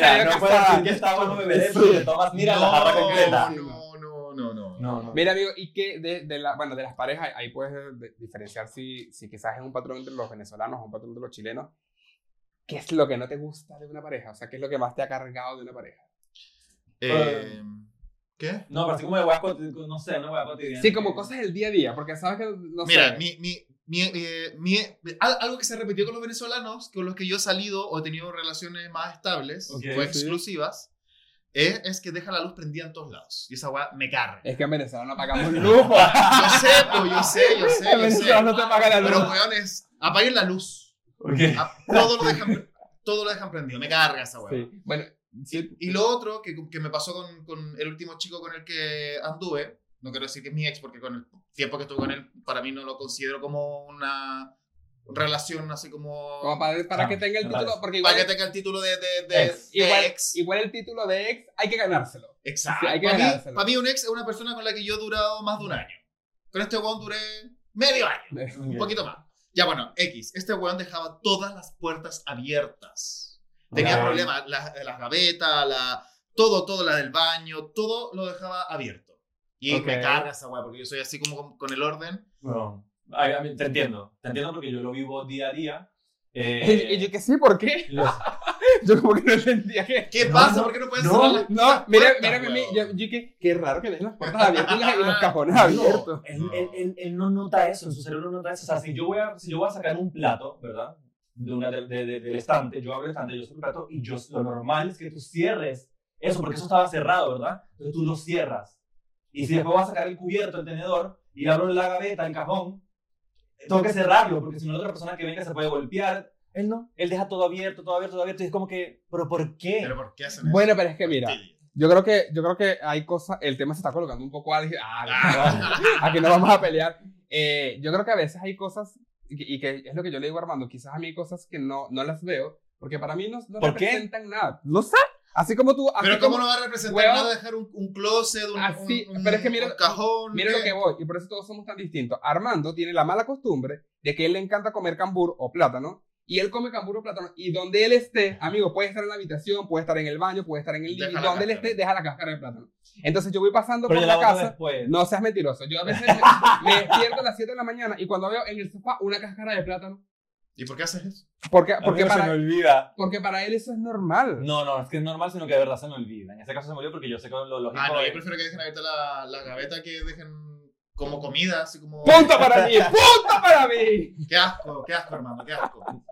B: vas a decir, mira,
C: lo mismo.
B: no
A: que
B: puedes
A: está-
B: decir que está bueno beber porque te tomas, mira, la jarra completa.
C: No, no, no, no.
B: No, no.
A: Mira, amigo, y que de, de la, bueno, de las parejas, ahí puedes de- diferenciar si, si quizás es un patrón entre los venezolanos o un patrón de los chilenos. ¿Qué es lo que no te gusta de una pareja? O sea, ¿qué es lo que más te ha cargado de una pareja?
C: Eh, ¿Qué?
B: No, pero así como de hueá cotidiana, no sé, una hueá cotidiana.
A: Sí, como
B: [laughs]
A: cosas del día a día, porque sabes que, no
C: Mira,
A: sé,
C: mi, mi, mi, eh, mi- al- algo que se repitió con los venezolanos, con los que yo he salido o he tenido relaciones más estables
B: Ok,
C: o
B: sí.
C: exclusivas, es, es que deja la luz prendida en todos lados. Y esa weá me carga.
A: es que en Venezuela no pagamos [laughs] lujo.
B: Ah,
C: Yo sé, po, yo sé,
A: [laughs]
C: yo sé,
A: en
C: yo sé.
A: Venezuela no te pagan la
C: Pero
A: luz.
C: weones, apaguen la luz.
B: Porque
C: A- Todo lo dejan, todo lo dejan prendido. Me carga esa weá.
A: Sí. Bueno, sí,
C: Y lo otro que, que me pasó con, con el último chico con el que anduve, no quiero decir que es mi ex, porque con el tiempo que estuve con él, para mí no lo considero como una relación así como...
A: como para, para
B: Ah,
A: que tenga el
B: claro.
A: título, porque igual,
C: para que tenga el título de, de- de-
B: Ex.
C: de
A: igual,
C: ex.
A: igual el título de ex hay que ganárselo.
C: Exacto.
A: hay que
C: para, mí,
A: ganárselo.
C: para mí un ex es una persona con la que yo he durado más de un año. Con este weón duré medio año.
B: Eh.
C: Un poquito más. Ya bueno, X. Este weón dejaba todas las puertas abiertas. Tenía
B: Ya.
C: problemas. Las, eh, las gavetas, la, todo, todo, la del baño, todo lo dejaba abierto. Y
A: Ok.
C: me carga esa weá, porque yo soy así como con, con el orden.
B: Bueno, a- a mí- te entiendo, te entiendo porque yo lo vivo día a día.
A: [laughs] Y,
B: Eh,
A: [laughs] y yo que sí, ¿por qué?
B: los-
A: Yo como que no entendía que...
C: ¿Qué
B: No,
C: pasa?
B: no,
C: ¿Por qué no puedes
B: no,
C: cerrar las-
A: No, mira,
C: puertas,
A: mira, a mí,
C: weón.
A: yo, yo que, qué raro que dejen las puertas abiertas y, las- y los
C: Ah,
A: cajones
B: No,
A: abiertos.
B: él, él- él- él no nota eso, en su cerebro no nota eso. O sea, si yo voy a, si yo voy a sacar un plato, ¿verdad? De una, de- de- de- del estante, yo abro el estante, yo saco el plato y yo, lo normal es que tú cierres eso, porque eso estaba cerrado, ¿verdad? Entonces tú lo cierras. Y si después voy a sacar el cubierto, el tenedor, y abro la gaveta, el cajón, tengo que cerrarlo, porque si no la otra persona que venga se puede golpear. Él no, él deja todo abierto, todo abierto, todo abierto, y es como que, ¿pero por qué?
C: ¿Pero por qué hacen eso?
A: Bueno, pero es que mira,
C: Sí.
A: yo creo que, yo creo que hay cosas, el tema se está colocando un poco álgido. Ah,
C: Ah,
A: aquí no vamos a pelear. Eh, yo creo que a veces hay cosas, y que, y que es lo que yo le digo a Armando, quizás a mí hay cosas que no, no las veo, porque para mí no, no
B: ¿Por qué?
A: representan nada. No sé, así como tú, así
C: pero
A: como,
C: ¿cómo no va a representar
A: Weón.
C: nada dejar un, un closet, un,
A: Así,
C: un- un-
A: pero es que mira-
C: un cajón?
A: Mira lo
C: ¿qué?
A: que voy, y por eso todos somos tan distintos. Armando tiene la mala costumbre de que él le encanta comer cambur o plátano, y él come cambur o plátano, y donde él esté, amigo, puede estar en la habitación, puede estar en el baño, puede estar en el
C: Deja
A: living,
C: la
A: donde él
C: cáscara.
A: esté, deja la cáscara de plátano. Entonces yo voy pasando
B: Pero yo
A: por
B: la
A: la
B: boto
A: casa,
B: después.
A: no seas mentiroso, yo a
C: [laughs]
A: veces me, me despierto a las 7 de la mañana y cuando veo en el sofá una cáscara de plátano,
C: ¿Y por qué haces eso?
A: porque,
B: A mí
A: porque,
B: no se me
A: para,
B: olvida.
A: porque para él eso es normal.
B: No, no, es que es normal, sino que de verdad se me olvida. En este caso se me olvidó porque yo sé que lo lógico
C: Ah, no, yo
B: es-
C: prefiero que dejen abierta la, la gaveta que dejen como comida, así como...
A: ¡Punto para mí! ¡Punto para mí!
C: Qué asco, qué asco, hermano, qué asco.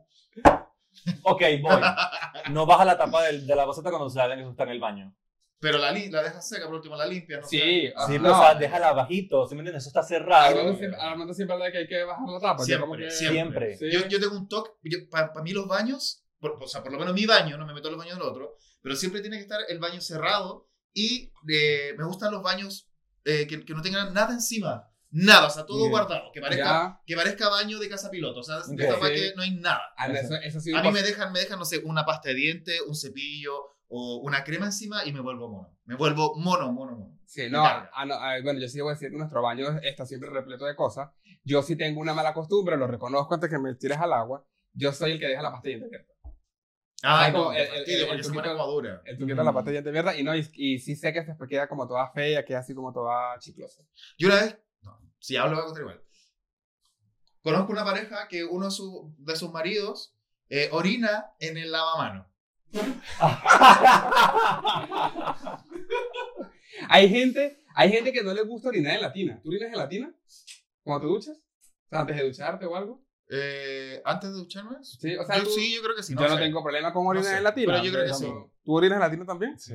B: Ok, voy.
C: [laughs]
B: No baja la tapa del- de, la boceta cuando se la den que eso está en el baño.
C: Pero la, li- la dejas seca, por último la limpia, ¿no?
A: Sí,
C: sé.
A: Ah,
B: sí,
A: no. Ah,
B: pero o sea, déjala bajito, ¿sí me entiendes? Eso está cerrado.
A: Armando siempre, Armando siempre habla de que hay que bajar la tapa. yo
C: Siempre,
A: como que-
C: siempre.
B: Siempre.
A: Sí.
C: Yo, yo tengo un toque, para mí los baños, por- o sea, por lo menos mi baño, no me meto en los baños del otro, pero siempre tiene que estar el baño cerrado y eh, me gustan los baños eh, que, que no tengan nada encima. Nada, o sea, todo
A: Bien.
C: guardado, que parezca,
A: Ya.
C: que parezca baño de casa piloto, o sea, de
B: Ok.
C: esta weá
A: Sí.
C: que no hay nada.
A: Ah, no, eso, eso sí
C: A mí
A: por-
C: me dejan, me dejan, no sé, una pasta de diente, un cepillo o una crema encima y me vuelvo mono. Me vuelvo mono, mono, mono.
A: Sí, no,
C: Claro.
A: ah, no, ah, bueno, yo sí debo decir que nuestro baño está siempre repleto de cosas. Yo sí tengo una mala costumbre, lo reconozco antes que me tires al agua. Yo soy el que deja la pasta de diente abierta.
C: Ay,
A: Ay,
C: no,
A: Ah, como
C: qué
A: el- el-
C: fastidio,
A: el-
C: porque
A: el
C: se pone
A: truquito-
C: como dura.
A: El tú quitas la pasta de diente abierta y, no, y, y sí sé que después queda como toda fea, queda así como toda chiclosa.
C: Yo una vez, no, Si hablo, va a contar igual. Conozco una pareja que uno de, su- de sus maridos eh, orina en el lavamano.
A: Hay gente, hay gente que no le gusta orinar en la tina. ¿Tú orinas en la tina? ¿Cuando te duchas? O sea, antes de ducharte o algo.
C: Eh, ¿Antes de ducharme?
A: Sí, o sea,
C: yo
A: tú-
C: sí, yo creo que sí.
A: yo no
C: sé.
A: tengo problema con orinar
C: sé,
A: en la tina.
C: pero yo creo que sí.
A: ¿Tú orinas en la tina también?
B: Sí.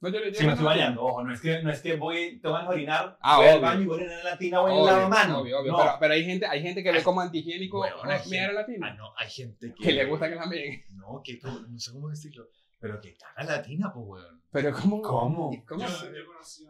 A: No, yo, yo- yo-
B: Si me estoy bañando, ojo, no es que, no es que voy, te van a orinar,
A: Ah,
B: voy al
A: obvio.
B: baño y voy a orinar en la tina o en
A: Obvio,
B: la lavamano.
A: obvio, obvio,
B: No.
A: Pero, pero hay, gente, hay gente que ve como antihigiénico
C: Bueno, hay gente-
A: mirar en la
C: Ah,
A: tina.
C: no, hay gente que.
A: Que le gusta que la meen.
C: No, que como- no sé cómo decirlo. Pero que caga latina, pues, weón.
A: Pero ¿cómo?
B: ¿Cómo?
A: ¿Y cómo, hace-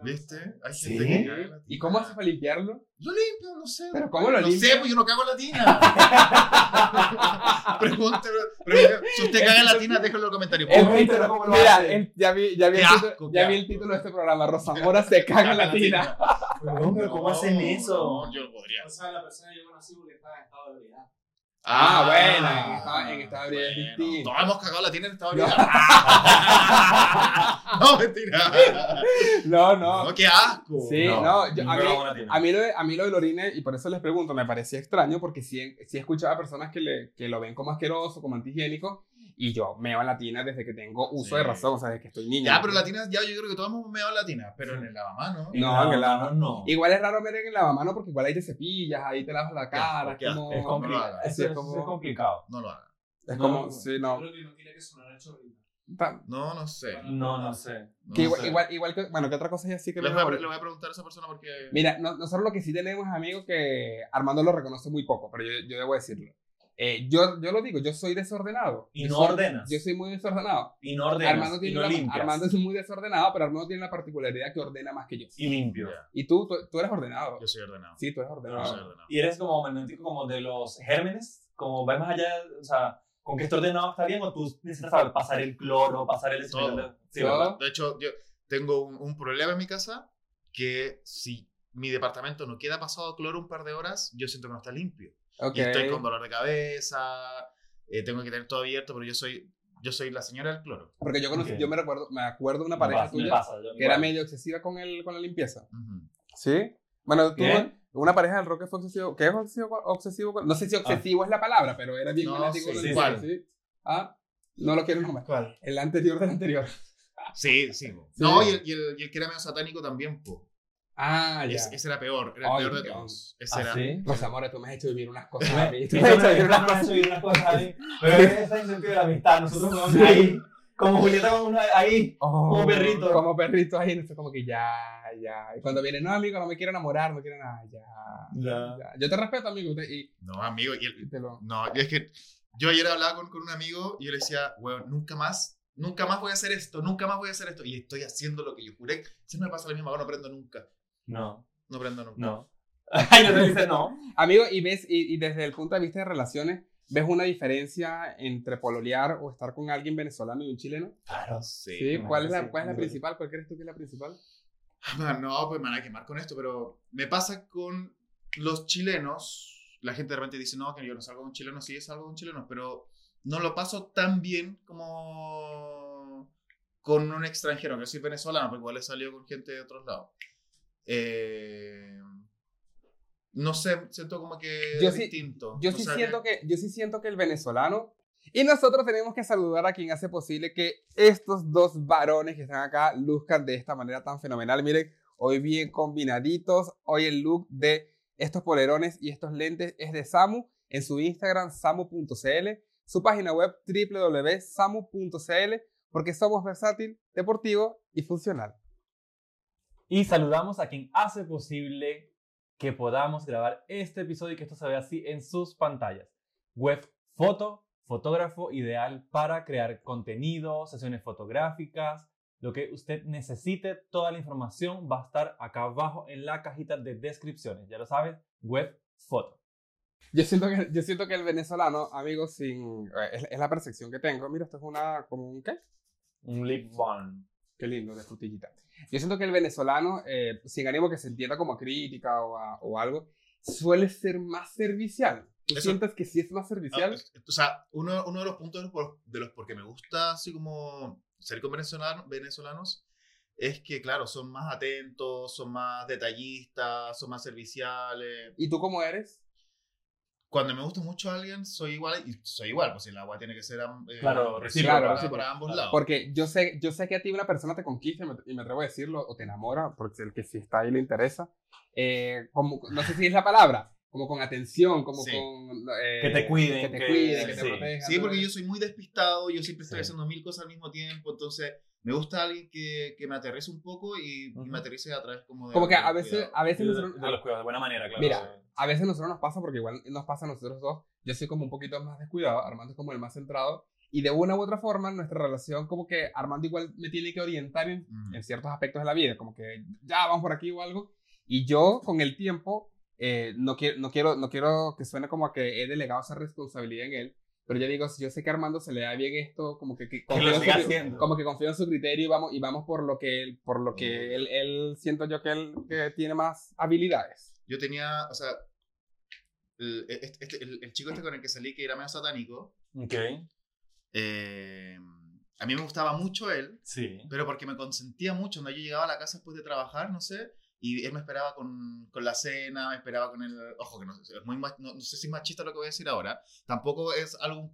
C: ¿Viste? Hay
B: ¿Sí?
C: gente que caga latina.
A: ¿Y cómo haces para limpiarlo?
C: Lo limpio, no sé.
A: ¿Pero cómo lo
C: no
A: limpias?
C: sé, pues yo no cago en latina. [laughs] Pregúntelo. pregúntelo. Si usted caga en latina, déjalo en los comentarios.
A: Es
B: El Twitter, ¿cómo lo
A: Mira,
B: hace?
A: el- ya, vi, ya, vi
C: Qué
A: el título,
C: asco,
A: ya
C: qué
A: vi el
C: asco.
A: título de este programa. Rosamora se caga
C: [laughs]
A: en la tina.
B: Weón, pero ¿cómo hacen eso?
C: No, yo lo podría.
D: O sea, la persona llegó así porque estaba en estado de ebriedad.
A: Ah, bueno, en estado- en estado de ebriedad es distinto.
C: Todos hemos cagado latina en estado de
A: [laughs]
C: ebriedad. [laughs] No, mentira.
A: [laughs] No, no.
C: No, ah, qué asco.
A: Sí, no. yo- a,
B: nunca
A: mí,
B: lo hago en la tina.
A: a, mí lo de, a mí lo del orine, y por eso les pregunto, me parecía extraño porque sí, sí he escuchado a personas que, le, que lo ven como asqueroso, como antihigiénico, y yo meo en latina desde que tengo uso
C: Sí.
A: de razón, o sea, desde que estoy niña.
C: Ya, pero latinas, ya yo creo que todos hemos meado latinas, pero en el lavamanos.
A: No,
B: En la
A: que la-
B: lavamano no.
A: Igual es raro ver en lavamanos porque igual ahí te cepillas, ahí te lavas la cara,
C: asco, qué
A: es como...
B: Es
C: no lo
B: complicado.
C: hagas.
A: Sí,
B: Eso
A: es
B: es,
A: como-
B: eso es complicado.
C: No lo hagan.
A: Es
B: No,
A: como,
B: no.
A: sí, no.
D: Creo que no tiene que sonar el chorrito.
A: Ta-
C: No, no sé.
B: No, no sé.
C: No
A: que igual,
C: sé.
A: igual, igual que, bueno, que otra cosa es así que...
C: Les
A: me
C: voy, a,
A: molesta?
C: le voy a preguntar a esa persona porque.
A: Mira, no- nosotros lo que sí tenemos, amigos, que Armando lo reconoce muy poco, pero yo, yo debo decirlo. Eh, yo, yo lo digo, yo soy desordenado.
B: Y
A: Yo
B: no
A: soy-
B: ordenas.
A: Yo soy muy desordenado.
B: Y no ordenas.
A: Armando,
B: y
A: tiene
B: no
A: la-
B: limpias.
A: Armando es muy desordenado, pero Armando tiene la particularidad que ordena más que yo.
B: Y limpio.
C: Ya,
A: Y tú, tú, tú eres ordenado.
C: Yo soy ordenado.
A: Sí, tú eres
C: Yo soy
A: ordenado.
C: ordenado.
B: Y eres como magnético como de los gérmenes, como vas más allá, o sea, con que esté ordenado está bien o tú necesitas saber pasar el cloro, pasar el
C: Todo.
B: Sí,
A: Todo.
B: ¿verdad?
C: De hecho, yo tengo un, un problema en mi casa que si mi departamento no queda pasado cloro un par de horas, yo siento que no está limpio.
A: Ok.
C: Y estoy con dolor de cabeza, eh, tengo que tener todo abierto, pero yo soy, yo soy la señora del cloro.
A: Porque yo conocí,
B: Ok.
A: yo me recuerdo, me acuerdo de una
B: Me
A: pareja
B: pasa, me
A: tuya
B: pasa, yo-
A: que era
B: igual.
A: medio excesiva con, el, con la limpieza.
C: Ujú.
A: Sí. Bueno, tú,
B: ¿Qué?
A: una pareja del rock que fue obsesivo. ¿Qué es obsesivo? con- obsesivo con- no sé si obsesivo es la palabra, pero era bien
C: No,
A: fanático
C: sí,
A: con la
C: sí,
A: limpieza,
C: sí.
A: ¿sí? Ah, no lo quiero nombrar. El anterior del anterior.
C: Sí, sí. po.
A: Sí.
C: No, y el, y el- y el que era medio satánico también, po.
A: Ah, ya.
C: Es- ese era peor, era el
A: Ay,
C: peor de
A: Dios.
C: todos. Ese
B: ¿Ah,
C: era.
B: sí?
A: Los amores, tú me has hecho vivir unas cosas. a mí. Tú
B: Y
A: me has hecho
B: eso
A: vivir unas
B: no es subir una cosa ahí. Pero es el sentido de la amistad. Nosotros vamos ahí, como Julieta, vamos ahí.
A: Oh,
B: Como perrito.
A: Como perrito ahí, entonces como que ya, ya. Y cuando viene, no, amigo, no me quiero enamorar, no quiero nada, ya.
B: Ya.
A: ya. Yo te respeto, amigo, te- y,
C: No, amigo, y el-
A: y te lo...
C: No, es que yo ayer hablaba con, con un amigo y yo le decía, weón, nunca más, nunca más voy a hacer esto, nunca más voy a hacer esto. Y estoy haciendo lo que yo juré. Siempre me pasa lo mismo, weón, no aprendo nunca.
B: No,
C: No aprendo nunca.
A: [laughs]
B: no. Ay, no te dice no.
A: Amigo, y ves, y, y desde el punto de vista de relaciones, ¿ves una diferencia entre pololear o estar con alguien venezolano y un chileno?
B: Claro.
C: Sí.
A: Sí, pues, ¿cuál es la,
B: sí,
A: cuál es la
B: sí.
A: principal? ¿Cuál crees tú que es la principal?
C: Man, [laughs] No, pues me van a quemar con esto, pero me pasa con los chilenos. La gente de repente dice, no, que yo no salgo con chilenos, sí, yo salgo con chilenos, pero no lo paso tan bien como con un extranjero, que soy venezolano, porque igual he salido con gente de otros lados. Eh, no sé, siento como que
A: Yo
C: es
A: sí-
C: distinto.
A: Yo
C: O
A: sí,
C: sea,
A: siento que, yo sí siento que el venezolano... Y nosotros tenemos que saludar a quien hace posible que estos dos varones que están acá luzcan de esta manera tan fenomenal. Miren, hoy bien combinaditos. Hoy el look de estos polerones y estos lentes es de Samu en su Instagram samu.cl, su página web www.samu.cl, porque somos versátil, deportivo y funcional.
B: Y saludamos a quien hace posible que podamos grabar este episodio y que esto se vea así en sus pantallas. Web Foto, fotógrafo ideal para crear contenido, sesiones fotográficas, lo que usted necesite, toda la información va a estar acá abajo en la cajita de descripciones. Ya lo sabes, Web Foto.
A: Yo siento que, yo siento que el venezolano, amigos, sin, eh, es, es la percepción que tengo. Mira, esto es una, como un qué?
B: Un lip balm.
A: Qué lindo, de frutillita. Yo siento que el venezolano, eh, sin ánimo que se entienda como crítica o, a- o algo, suele ser más servicial. ¿Tú
C: Eso-
A: sientes que sí es más servicial?
C: Ah, o sea, uno, uno de los puntos de los, por, de los por qué me gusta así como ser con venezolano- venezolanos es que, claro, son más atentos, son más detallistas, son más serviciales.
A: ¿Y tú cómo eres?
C: Cuando me gusta mucho alguien, soy igual, y soy igual, pues si la agua tiene que ser am- eh,
B: Claro,
C: recíproca
A: claro,
C: para,
A: recíproca.
C: ambos
B: Claro.
C: lados.
A: Porque yo sé, yo sé que a ti una persona te conquista, y me, y me atrevo a decirlo, o te enamora, porque el que si está ahí le interesa. eh, como, no sé si es la palabra, como con atención, como
C: Sí.
A: con... eh,
B: Que te cuiden,
A: Que te
B: que-
A: cuiden, que te
B: sí.
A: protejan.
C: Sí, porque yo soy muy despistado, yo siempre estoy
B: Sí.
C: haciendo mil cosas al mismo tiempo, entonces me gusta alguien que, que me aterrice un poco y, y
B: Ujú.
C: me aterrice a través como de...
A: Como que
C: del
A: a veces,
C: cuidado.
A: a veces
B: De,
A: nosotros...
B: de los cuidados, de buena manera, claro.
A: Mira, A veces a nosotros nos pasa, porque igual nos pasa a nosotros dos, yo soy como un poquito más descuidado, Armando es como el más centrado, y de una u otra forma nuestra relación como que Armando igual me tiene que orientar en,
C: Mm.
A: en ciertos aspectos de la vida, como que ya vamos por aquí o algo, y yo con el tiempo eh, no, quiero, no, quiero, no quiero que suene como a que he delegado esa responsabilidad en él, pero yo digo, si yo sé que a Armando se le da bien esto, como que, que
B: que
A: confío
B: lo
A: en
B: siga
A: su-
B: haciendo.
A: como que confío en su criterio y vamos, y vamos por lo que él, por lo
B: Mm.
A: que él, él siento yo que él que tiene más habilidades.
C: Yo tenía, o sea, el, este- este- el- el chico este con el que salí que era medio satánico,
B: Ok,
C: eh, a mí me gustaba mucho él,
B: sí.
C: pero porque me consentía mucho, cuando yo llegaba a la casa después de trabajar, no sé, y él me esperaba con, con la cena, me esperaba con el... Ojo, que no, sé, es muy, mach- no, no sé si es machista lo que voy a decir ahora, tampoco es algo...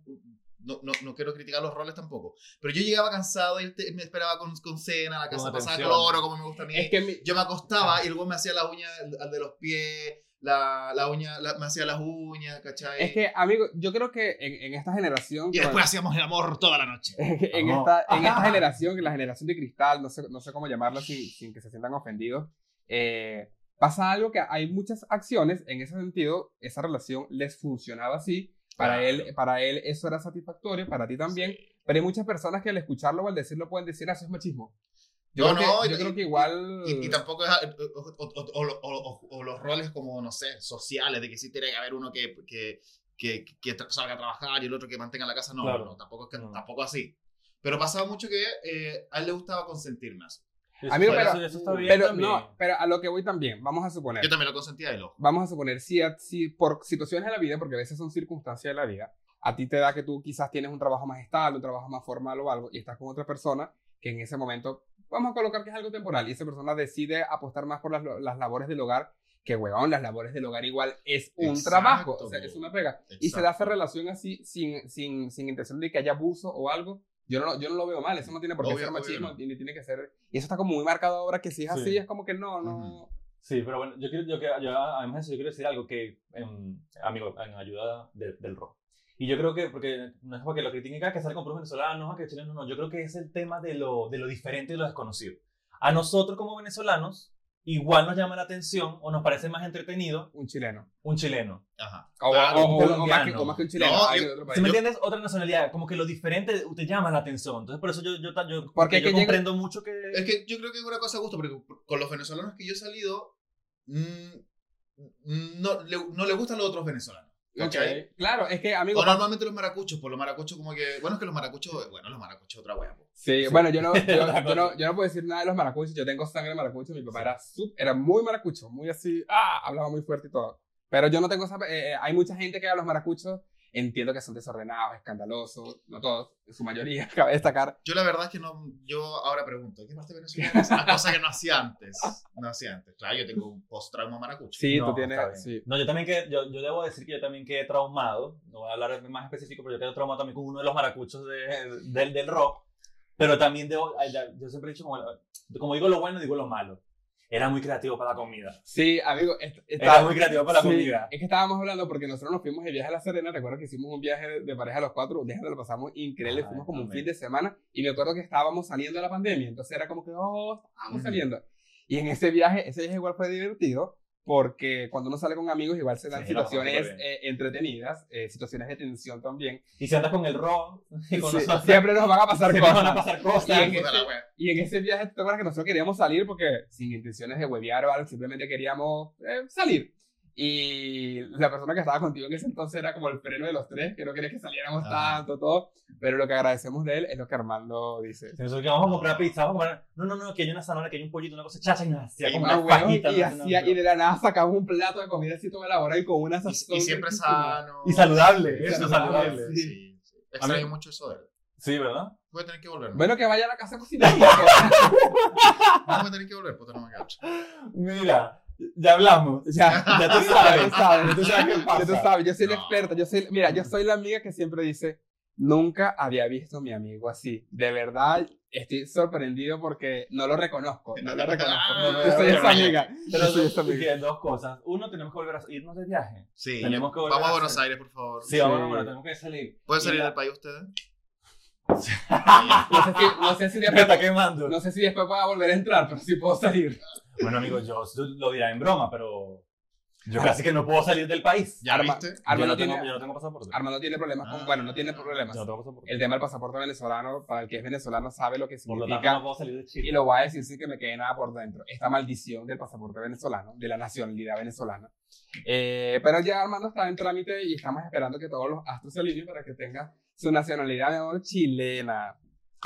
C: No, no, no quiero criticar los roles tampoco, pero yo llegaba cansado y él te- me esperaba con, con cena, la
B: Con
C: casa pasaba
B: atención.
C: cloro, como me gusta a mí.
A: Es que mi-
C: Yo me acostaba y el güey me hacía la uña al- al de los pies, la, la uña, la- me hacía las uñas, ¿cachai?
A: Es que, amigo, yo creo que en, en esta generación.
C: y después hacíamos el amor toda la noche.
A: [laughs] en,
B: Ajá.
A: esta,
C: [laughs]
A: en esta generación, que la generación de cristal, no sé, no sé cómo llamarla sin, sin que se sientan ofendidos, eh, pasa algo que hay muchas acciones, en ese sentido, esa relación les funcionaba así, para,
B: Claro.
A: él, para él eso era satisfactorio, para ti también, pero hay muchas personas que al escucharlo o al decirlo pueden decir, "Ah, eso es machismo. Yo,
C: No,
A: creo,
C: no,
A: que,
C: y-
A: yo creo que
C: y-
A: igual...
C: Y, y tampoco es, eh, o, o- o- o- o- o- o los roles como, no sé, sociales, de que sí tiene que haber uno que, que, que, que tra- salga a trabajar y el otro que mantenga la casa, no,
B: Claro.
C: no, tampoco, es que-
B: No.
C: tampoco así. Pero pasaba mucho que eh, a él le gustaba consentir más.
A: A mí no,
B: Eso-
A: pero-
B: eso, eso está bien
A: pero,
B: también.
A: no, pero a lo que voy también, vamos a suponer.
C: Yo también lo consentía de ojo.
A: vamos a suponer, si, a- si por situaciones de la vida, porque a veces son circunstancias de la vida, a ti te da que tú quizás tienes un trabajo más estable, un trabajo más formal o algo, y estás con otra persona que en ese momento, vamos a colocar que es algo temporal, y esa persona decide apostar más por las, lo- las labores del hogar, que huevón, las labores del hogar igual es un
C: Exacto,
A: trabajo, o sea, es una pega. Y se da esa
C: Exacto.
A: relación así, sin, sin, sin intención de que haya abuso o algo. Yo no, lo- yo no lo veo mal, eso no tiene por qué
C: Obvio,
A: ser
C: obvio
A: machismo,
C: no.
A: ni tiene que ser... Y eso está como muy marcado ahora, que si es
B: Sí.
A: así, es como que no, no...
C: Ujú.
B: Sí, pero bueno, yo quiero, yo, quiero- yo, además de eso, yo quiero decir algo que, em, amigo, en ayuda de- del rock. Y yo creo que, porque no es porque lo critiquen acá, que sale con puros venezolanos, ah, que chilenos, no, yo creo que es el tema de lo, de lo diferente y lo desconocido. A nosotros como venezolanos, igual nos llama la atención o nos parece más entretenido
A: Un chileno.
B: un chileno.
C: Ajá.
A: O,
C: Claro,
A: o-
B: un
A: o- o más que,
B: colombiano.
A: o más que un chileno.
C: No,
A: hay
C: yo-
A: de otro
B: ¿Sí
A: país.
B: me entiendes? Otra nacionalidad, como que lo diferente te llama la atención. Entonces, por eso yo, yo, ta- yo,
A: Porque
B: yo
A: que llega-
B: comprendo mucho que...
C: Es que yo creo que es una cosa de gusto, porque con los venezolanos que yo he salido, mm, no, le, no le gustan los otros venezolanos.
A: Ok.
C: ¿Cachai?
A: Claro, es que, amigo.
C: O normalmente los maracuchos, por los maracuchos como que... Bueno, es que los maracuchos... Bueno, los maracuchos es otra pues. wea. po.
A: Sí, [laughs] bueno, yo
B: [laughs]
A: no, yo, yo no, yo no puedo decir nada de los maracuchos. Yo tengo sangre maracucho. Mi papá era, sup- era muy maracucho, muy así. Ah, hablaba muy fuerte y todo. Pero yo no tengo esa. eh, eh, hay mucha gente que a los maracuchos entiendo que son desordenados, escandalosos. No todos, en su mayoría, [laughs] cabe destacar.
C: Yo la verdad es que no... Yo ahora pregunto, ¿qué parte de Venezuela es? Una cosa que no
A: [laughs]
C: hacía antes. No hacía antes. Claro, yo tengo un post-trauma maracucho.
A: Sí,
B: No,
A: tú
B: está bien.
A: tienes. Sí.
B: No, yo también que, yo, yo debo decir que yo también quedé traumado, no voy a hablar más específico, pero yo quedé traumado también con uno de los maracuchos de- del, del rock, pero también debo, ay, ya, yo siempre he dicho, como, como digo lo bueno, digo lo malo. Era muy creativo para la comida.
A: Sí, amigo. est-
B: Era
A: está-
B: muy creativo para la
A: sí,
B: comida.
A: Es que estábamos hablando porque nosotros nos fuimos de viaje a La Serena. Recuerdo que hicimos un viaje de, de pareja a los cuatro. Un viaje donde lo pasamos increíble.
B: Ay,
A: fuimos como un
B: amén.
A: fin de semana. Y me acuerdo que estábamos saliendo de la pandemia. Entonces era como que, oh, estábamos
C: Ujú.
A: saliendo. Y en ese viaje, ese viaje igual fue divertido. Porque cuando uno sale con amigos, igual se dan
B: Sí, la pasamos
A: situaciones
B: súper
A: eh, entretenidas, eh, situaciones de tensión
B: [laughs]
A: también.
B: Y si andas con el rock, y con
A: Sí,
B: nosotros,
A: siempre nos van a
B: [laughs]
A: pasar
B: se van a
A: cosas.
B: pasar
A: Y
B: cosas.
A: en
C: Puta
A: ese-
C: la wea.
A: y en ese viaje, ¿te acuerdas que nosotros queríamos salir porque sin intenciones de huevear o algo, simplemente queríamos eh, salir? Y la persona que estaba contigo en ese entonces era como el freno de los tres, que no quería que saliéramos
C: Ajá.
A: tanto, todo. Pero lo que agradecemos de él es lo que Armando dice.
B: Si nosotros que vamos a comprar pizza, vamos a comprar... No, no, no, que hay una zanahoria, que hay un pollito, una cosa chacha, y nos hacía
C: Y
B: como
A: Ah,
B: una
A: huevón,
B: fajita.
A: y,
B: una-
A: hacía-
B: una-
A: y de la nada sacaba un plato de comida así toda la hora y con una
C: Y,
A: sazón
C: y siempre
A: riquísima.
C: sano.
B: Y saludable,
A: eso,
C: Saludable,
A: saludable.
C: Sí. Extraño mucho eso de él.
B: Sí, ¿verdad?
C: Voy a tener que volver.
A: Bueno, que vaya a la casa a cocinar.
C: No voy a tener que volver, puta, no me cacho.
B: Mira, ya hablamos.
A: [laughs] ya,
B: Ya tú
A: ya
B: sabes.
A: tú sabes.
B: Ya tú sabes qué
A: Ya tú
B: pasa.
A: sabes, yo soy la
C: No.
A: experta. Yo soy, mira, yo soy la amiga que siempre dice, nunca había visto a mi amigo así. De verdad, estoy sorprendido porque no lo reconozco. No lo reconozco.
C: Ah,
A: Yo soy esa
C: bueno.
A: amiga.
B: Pero
A: Yo soy esa amiga.
B: que dos cosas. Uno, tenemos que volver a irnos de viaje.
C: Sí,
B: Tenemos que volver
C: vamos
B: a
C: a Buenos
B: hacer-
C: Aires, por favor.
B: Sí, vamos, bueno, bueno, tenemos que salir.
C: ¿Pueden
B: Y
C: salir
B: la-
C: del país eh? ustedes?
A: No sé si, no sé si
B: [laughs] Me está
A: después,
B: quemando.
A: no sé si después voy a volver a entrar, pero sí puedo salir.
B: Bueno, amigos, yo, yo lo dirá en broma, pero yo casi que no puedo salir del país.
C: [laughs] ¿Ya
A: Arma-
C: viste?
A: Arma
B: yo,
A: no
B: no tengo,
A: tiene-
B: yo no tengo pasaporte.
A: Arma no tiene problemas
C: Ah.
A: con, bueno, no tiene problemas.
B: Yo no tengo pasaporte.
A: El tema del pasaporte venezolano, para el que es venezolano sabe lo que
B: Por lo tanto,
A: significa
B: no puedo salir de
A: y
B: Chile.
A: lo voy a decir sin que me quede nada por dentro. Esta maldición del pasaporte venezolano, de la nacionalidad venezolana. Eh, pero ya Armando está en trámite y estamos esperando que todos los astros se alineen para que tenga su nacionalidad mi amor, chilena.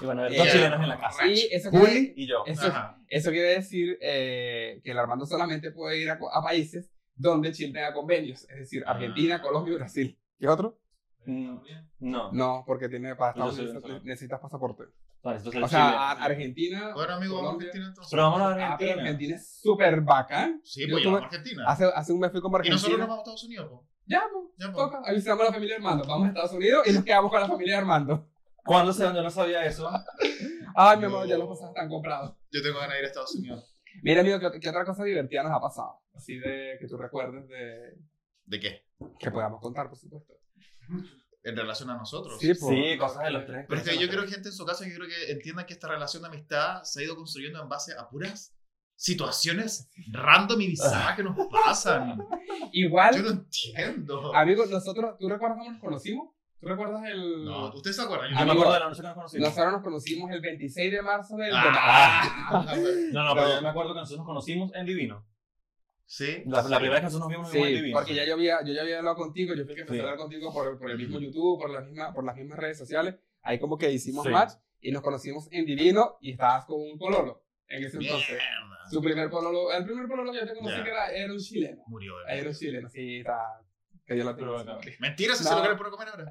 B: Y bueno, dos
A: Eh,
B: chilenos en la casa.
A: Y eso quiere,
C: Juli.
B: Y yo.
A: eso,
C: Ajá.
A: eso quiere decir eh, que el Armando solamente puede ir a, co- a países donde Chile tenga convenios, es decir, Argentina,
C: Ah.
A: Colombia y Brasil. ¿Qué otro?
B: Mm, No,
A: No, porque tiene para
B: Yo soy
A: Estados Unidos
B: venezolano.
A: necesitas pasaporte.
B: no, esto es el
A: O
B: Chile.
A: sea, a- Argentina.
C: Bueno, amigo, vamos a
A: Colombia.
C: Argentina entonces.
B: Pero vámonos a
A: Ah, pero
B: Argentina.
A: Argentina es súper bacán.
C: Sí,
A: Yo
C: pues ya
A: tuve-
C: vamos a Argentina.
A: Hace, hace un mes fui como a
C: Y
A: Argentina.
C: nosotros nos vamos a Estados Unidos, po.
A: Ya, pues,
C: Ya, po.
A: toca. Avisamos a la familia de Armando. Vamos a Estados Unidos y nos quedamos con la familia de Armando.
B: ¿Cuándo se van? Yo no sabía eso.
A: Ay, mi amor,
C: No.
A: ya los pasajes están comprados.
C: Yo tengo ganas de ir a Estados Unidos.
A: Mira, amigo, ¿qué, qué otra cosa divertida nos ha pasado? Así de que tú recuerdes de...
C: ¿De qué?
A: Que podamos contar, por supuesto.
C: En relación a nosotros.
A: po.
B: Sí, cosas de los tres.
C: Pero es que yo creo que gente en su caso, yo creo que entiendan que esta relación de amistad se ha ido construyendo en base a puras situaciones random y
A: [laughs]
C: bizarras que nos pasan. Yo
A: Igual,
C: no entiendo.
A: amigo, nosotros... ¿Tú recuerdas cómo nos conocimos? ¿Tú recuerdas el...?
C: No, ¿ustedes se acuerdan?
B: Yo me
A: Amigo,
B: acuerdo de la noche que nos conocimos.
A: Nosotros nos conocimos el 26 de marzo del...
C: Ah,
B: No, no, pero
A: No.
B: yo me acuerdo que nosotros nos conocimos en Divino.
C: sí.
B: La, la primera vez que nosotros nos vimos, nos vimos en
A: Sí,
B: Divino.
A: porque ya yo había, yo ya había hablado contigo, yo fui el que empecé
B: Sí.
A: a hablar contigo por, por el mismo YouTube, por, la misma, por las mismas redes sociales. Ahí como que hicimos
B: Sí.
A: match y nos conocimos en Divino y estabas con un pololo en ese entonces.
C: Mierda.
A: Su primer pololo, el primer pololo que yo te conocí
C: Ya.
A: que era, era un chileno.
C: Murió. eh. de
A: Era un chileno, sí, está. Que yo la tengo.
B: Pero
A: [laughs]
B: bueno.
C: Mentira, si
A: No.
C: se lo quieren por comer ahora.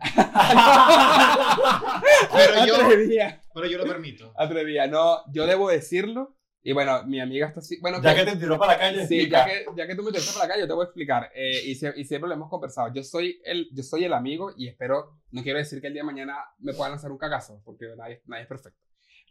A: [laughs]
C: Pero yo,
A: Atrevía,
C: pero yo lo permito.
A: atrevía. No, yo debo decirlo. Y bueno, mi amiga está así. Bueno,
B: Ya
A: que-
B: que te tiró para la calle,
A: Sí, ya
B: explica.
A: que, ya que tú me traes para acá, yo te voy a explicar. Eh, y, sie- y siempre lo hemos conversado. Yo soy, el, yo soy el amigo y espero, no quiero decir que el día de mañana me pueda lanzar un cagazo, porque nadie, nadie es perfecto.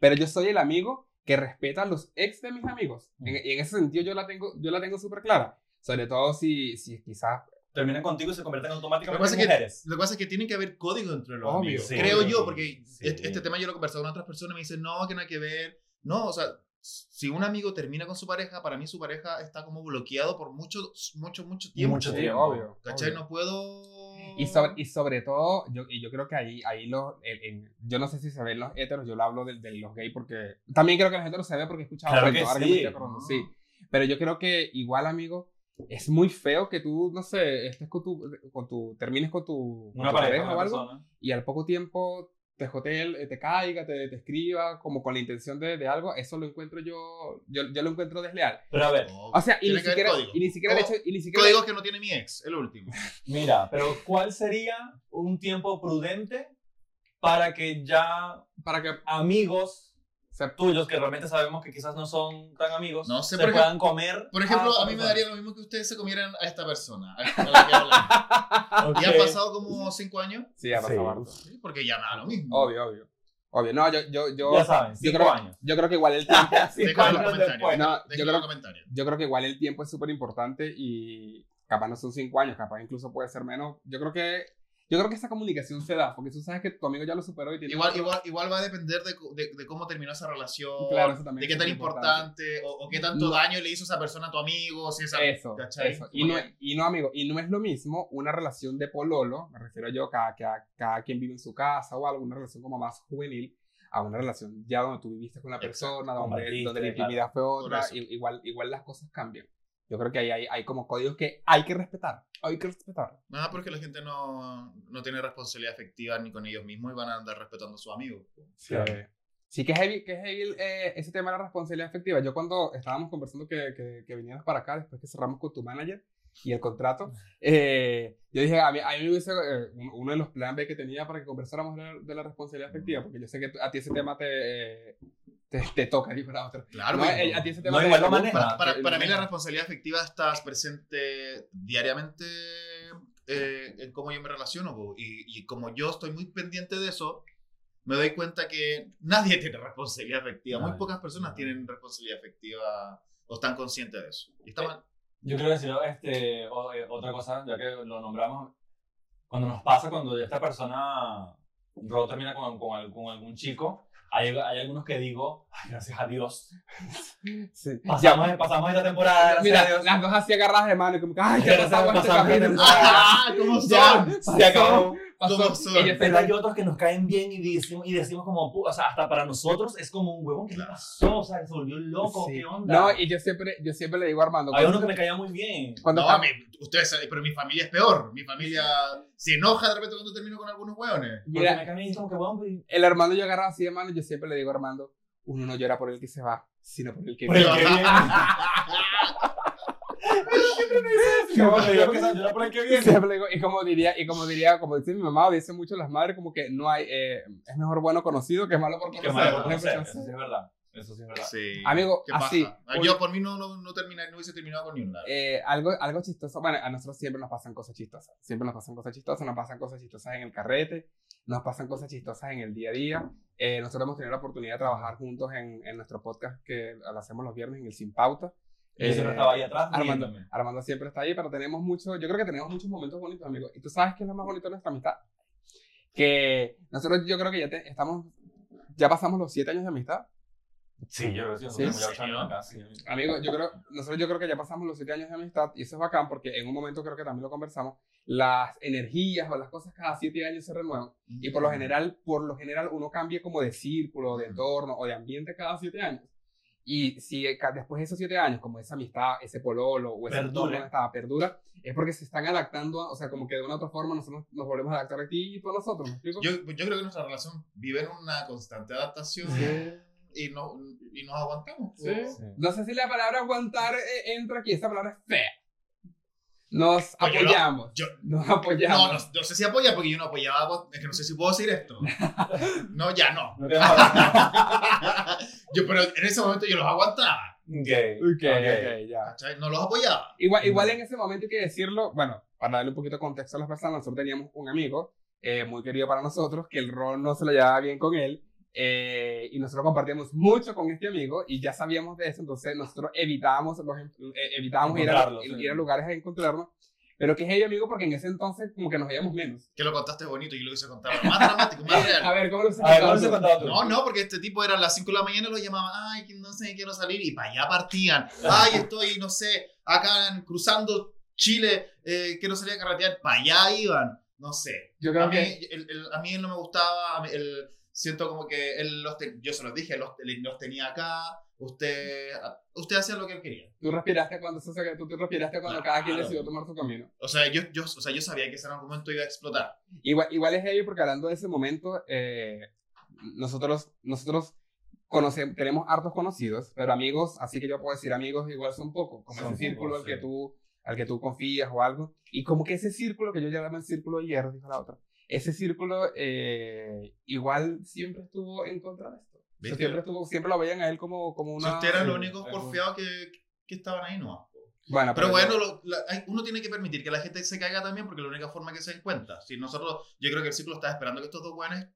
A: Pero yo soy el amigo que respeta a los ex de mis amigos. En- y en ese sentido yo la tengo, yo la tengo súper clara. Sobre todo si, si quizás...
B: Terminan contigo y se convierten
C: Lo que
B: automáticamente
C: pasa
B: en
C: es que-
B: mujeres.
C: Lo que pasa es que tiene que haber código entre los
A: Obvio.
C: amigos.
B: Sí.
C: Creo yo, porque
B: Sí.
C: este, este tema yo lo he conversado con otras personas y me dicen, no, que no hay que ver. No, o sea, si un amigo termina con su pareja, para mí su pareja está como bloqueado por mucho, mucho, mucho tiempo.
B: Mucho
A: Sí,
B: tiempo.
A: eh, obvio.
C: ¿Cachai?
A: obvio.
C: No puedo...
A: Y sobre, y sobre todo, yo, y yo creo que ahí, ahí los, en- en- yo no sé si se ven los heteros, yo lo hablo de, de los gays porque, también creo que los heteros se ven porque he escuchado
B: Claro
A: cuentos,
B: que
A: ahora
B: sí.
A: me estoy acordando, sí. Pero yo creo que igual, amigo, es muy feo que tú, no sé, estés con tu, con tu termines con tu, con
B: Una
A: tu
B: pareja,
A: o
B: una
A: algo
B: persona.
A: y al poco tiempo te jotel, eh, te caiga, te, te escriba, como con la intención de, de algo, eso lo encuentro yo, yo, yo lo encuentro desleal.
B: Pero a ver,
C: No,
A: O sea, y
C: tiene
A: ni,
C: que haber
A: siquiera,
C: código.
A: y ni siquiera el
C: ¿Cómo?
A: hecho, y ni siquiera...
C: Oh. Códigos que no tiene mi ex, el último.
B: mira, pero ¿cuál sería un tiempo prudente para que ya
A: Para que...
B: amigos
A: se-
B: tuyos que realmente sabemos que quizás no son tan amigos
C: No sé,
B: se
C: por ejemplo-
B: puedan comer?
A: Ah,
C: Por ejemplo,
B: esa
C: a mí me
B: persona?
C: daría lo mismo que ustedes se comieran a esta persona. a- a la que hablamos.
B: Ok.
C: ¿Ya han pasado como cinco años?
A: sí, ha pasado
B: Sí.
A: harto.
C: Sí, Porque ya nada, lo mismo.
A: Obvio, obvio. Obvio. No, yo, yo, yo,
B: Ya saben,
A: yo
B: cinco
A: creo,
B: años.
A: yo creo que igual el tiempo.
B: Cinco
C: Déjalo en los
B: años
C: comentarios.
B: después.
A: no, yo,
C: Déjenlo en los
A: creo,
C: comentarios.
A: yo creo que igual el tiempo es súper importante y capaz no son cinco años, capaz incluso puede ser menos. Yo creo que, yo creo que esa comunicación se da, porque tú sabes que tu amigo ya lo superó y tiene.
C: Igual, igual, igual va a depender de, cu- de- de cómo terminó esa relación,
A: Claro, eso también
C: de qué
A: es
C: tan
A: importante.
C: importante, O, o qué tanto
A: No.
C: daño le hizo esa persona a tu amigo, si esa...
A: Eso,
C: ¿Cachai?
A: eso.
C: Como
A: Y no,
C: que-
A: y no, amigo, y no es lo mismo una relación de pololo, me refiero yo, cada, cada, cada quien vive en su casa o alguna relación como más juvenil, a una relación ya donde tú viviste con la
C: Exacto.
A: persona, donde,
B: Compartiste,
A: donde la
B: claro.
A: intimidad fue otra,
C: eso.
A: i- igual, igual las cosas cambian. Yo creo que ahí hay, hay como códigos que hay que respetar, hay que respetar.
C: Nada, porque la gente no, no tiene responsabilidad efectiva ni con ellos mismos y van a andar respetando a sus amigos.
A: Sí, sí que es heavy, que es heavy, eh, ese tema de la responsabilidad afectiva. Yo cuando estábamos conversando que, que, que vinieras para acá, después que cerramos con tu manager, y el contrato, eh, yo dije, a mí, a mí me hubiese, eh, un- uno de los plan B que tenía para que conversáramos de la, de la responsabilidad afectiva, porque yo sé que a ti ese tema te, eh, te, te toca, dijo la otra.
C: Claro,
A: No,
C: güey.
A: eh, a ti ese tema
B: No,
A: te-
B: igual lo
A: te
B: maneja.
A: gusta.
C: para,
A: Eh, lo
C: para mí la
A: maneja.
C: responsabilidad afectiva está presente diariamente eh, en cómo yo me relaciono po. y, y como yo estoy muy pendiente de eso, me doy cuenta que nadie [laughs] tiene responsabilidad afectiva, muy
B: Nadie.
C: pocas personas tienen responsabilidad afectiva o están conscientes de eso. Y está
B: Eh,
C: mal.
B: Yo creo que si no, este, o- eh, otra cosa, ya que lo nombramos, cuando nos pasa, cuando esta persona, Ro termina con, con, al- con algún chico, hay, hay algunos que digo, "Ay, gracias a Dios,
A: Sí. pues,
B: pasamos, pasamos esta temporada, gracias a
A: Mira,
B: Dios.
A: las dos así agarradas de mano y como que, ay, ya
B: Gracias,
A: pasamos este
B: pasamos
A: camino.
B: este [laughs]
C: ¡Ah! ¿Cómo son?
B: se acabó.
A: Pasó.
C: ¿Cómo son?
A: Y yo
B: Pero hay
A: estoy-
B: otros que nos caen bien y decimos, y decimos como, "Pu- o sea, hasta para nosotros es como un huevón que le
C: Claro.
B: pasó, o sea, se volvió loco,
A: Sí.
B: ¿qué onda?
A: No, y yo siempre, yo siempre le digo a Armando,
B: Hay
A: cuando,
B: uno que me caía muy bien.
A: cuando
C: No, mi- ustedes saben, pero mi familia es peor. Mi familia se enoja de repente cuando termino con algunos hueones.
B: Porque
A: Mira,
B: me caía bien y como que huevón, pues,
A: el Armando yo agarraba así de mano, yo siempre le digo a Armando, uno no llora por el que se va, sino por el que [laughs]
B: por el
A: viene.
B: que viene. [laughs] Como que [laughs] yo, que se- yo era por el que viene.
A: Siempre le digo- y como diría, y como diría, como dice mi mamá, o dicen mucho las madres, como que no hay, eh, es mejor bueno conocido que malo por
B: Qué
A: conocer.
B: malo
A: Una
B: por conocer,
A: expresión
B: eso sí
A: así.
B: es verdad. Eso sí es verdad.
C: Sí.
A: Amigo,
C: ¿Qué
A: así.
C: paja? Yo por mí no, no, no, terminé- no hubiese terminado con ni una.
A: Eh, algo, algo chistoso, bueno, a nosotros siempre nos pasan cosas chistosas, siempre nos pasan cosas chistosas, nos pasan cosas chistosas en el carrete, nos pasan cosas chistosas en el día a día. Eh, nosotros hemos tenido la oportunidad de trabajar juntos en, en nuestro podcast que lo hacemos los viernes en el Sin Pauta.
B: Yo siempre
A: Eh,
B: estaba ahí atrás
A: Armando,
B: riéndome.
A: Armando siempre está ahí, pero tenemos mucho, yo creo que tenemos muchos momentos bonitos, amigos. Y tú sabes que es lo más bonito de nuestra amistad. Que nosotros yo creo que ya te- estamos, ya pasamos los siete años de amistad.
B: Sí, yo creo que
A: Sí,
B: sí. nosotros
C: sí,
B: ya
C: ¿no?
B: acá, sí.
A: Amigo, yo creo, nosotros yo creo que ya pasamos los siete años de amistad y eso es bacán porque en un momento creo que también lo conversamos, las energías o las cosas cada siete años se renuevan y por lo general, por lo general uno cambia como de círculo, de entorno o de ambiente cada siete años. Y si eh, ca- después de esos siete años, como esa amistad, ese pololo o ese entorno
B: Perdura.
A: donde estaba perdura, es porque se están adaptando, a- o sea, como que de una u otra forma nosotros nos volvemos a adaptar a ti y tú a nosotros, ¿me explico?
C: Yo, yo creo que nuestra relación vive en una constante adaptación
A: Sí.
C: y, no, y nos aguantamos.
A: Sí.
C: pues.
A: No sé si la palabra aguantar eh, entra aquí, esa palabra es fea. Nos
C: Pues yo lo-
A: apoyamos.
C: yo-
A: nos apoyamos.
C: No, no, no sé si apoya porque yo no apoyaba. agu- Es que no sé si puedo
A: [laughs]
C: decir esto. No, ya no.
B: No quedamos hablando.
C: Yo, pero en ese momento yo los aguantaba.
B: Ok,
A: Ok,
B: ok.
A: ok, ya.
C: ¿cachai? No los apoyaba.
A: Igual, igual en ese momento hay que decirlo, bueno, para darle un poquito de contexto a las personas, nosotros teníamos un amigo eh, muy querido para nosotros, que el rol no se lo llevaba bien con él, eh, y nosotros compartíamos mucho con este amigo, y ya sabíamos de eso, entonces nosotros evitábamos, los, en- eh, evitábamos ir a,
B: Encontrarlos, sí.
A: ir a lugares a encontrarnos, pero que es ello, amigo, porque en ese entonces como que nos veíamos menos.
C: Que lo contaste bonito y yo lo hice contar más dramático, más
A: [laughs] A
C: real.
A: ver, ¿cómo lo has
B: A ver, ¿cómo se
A: encontrado tú?
B: contaba tú?
C: No, no, porque este tipo era a las 5 de la mañana y lo llamaban, ay, que no sé, quiero salir, y para allá partían. Ay, estoy, no sé, acá en- cruzando Chile, eh, quiero salir a carretear, para allá iban, no sé.
A: Yo
C: A
A: creo
C: mí,
A: que...
C: el- el- a mí él no me gustaba, a mí- el- siento como que él los te- yo se los dije, los, los tenía acá, usted, usted hacía lo que él quería.
A: Tú respiraste cuando, eso se- tú, tú respiraste cuando cada quien
C: Claro.
A: decidió tomar su camino.
C: O sea, yo, yo, o sea, yo sabía que ese argumento iba a explotar.
A: Igual, igual es ello porque hablando de ese momento, eh, nosotros, nosotros conoce- tenemos hartos conocidos, pero amigos, así que yo puedo decir amigos, igual son pocos, como
B: Son
A: ese círculo
B: pocos,
A: al, que
B: sí.
A: tú, al que tú confías o algo. Y como que ese círculo, que yo ya llamo el círculo de hierro, dijo la otra, ese círculo eh, igual siempre estuvo en contra de esto. O sea,
C: ¿Viste?
A: siempre, estuvo, siempre lo veían a él como, como
C: si
A: una...
C: usted era
A: sí,
C: los únicos
A: algo-
C: porfiados que, que estaban ahí, no.
A: Bueno,
C: Pero
A: yo-
C: bueno, lo- la- hay- uno tiene que permitir que la gente se caiga también porque es la única forma que se den cuenta. Si nosotros, yo creo que el ciclo estaba esperando que estos dos guanes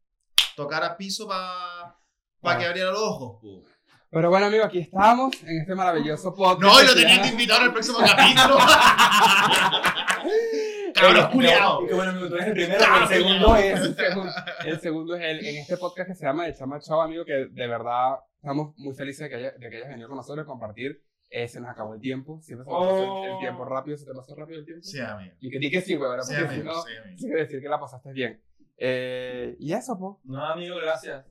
C: tocaran piso para que abriera los ojos. po.
A: Pero bueno, amigo, aquí estamos en este maravilloso podcast.
C: No, y lo
A: que se
C: tenía
A: llama-
C: que invitar al
A: [laughs]
C: próximo capítulo. Cabros
B: Pero-
C: culiados.
B: y que bueno, amigo, tú eres el primero,
C: Claro,
B: el segundo
C: culiao.
B: es.
A: el, segundo, el segundo es el, en este podcast que se llama El Chama Chao, amigo, que de verdad estamos muy felices de que, haya- de que hayas venido con nosotros a compartir. Eh, se nos acabó el tiempo, siempre se nos pasó el, el tiempo rápido, se te pasó rápido el tiempo.
C: Oh. Sí, amigo.
A: Y que di que sí, güey, ahora
C: Sí,
A: porque si
C: amigo,
A: no,
C: sí, amigo.
A: sí que decir que la pasaste bien. Eh, y eso, po.
B: No, amigo, gracias.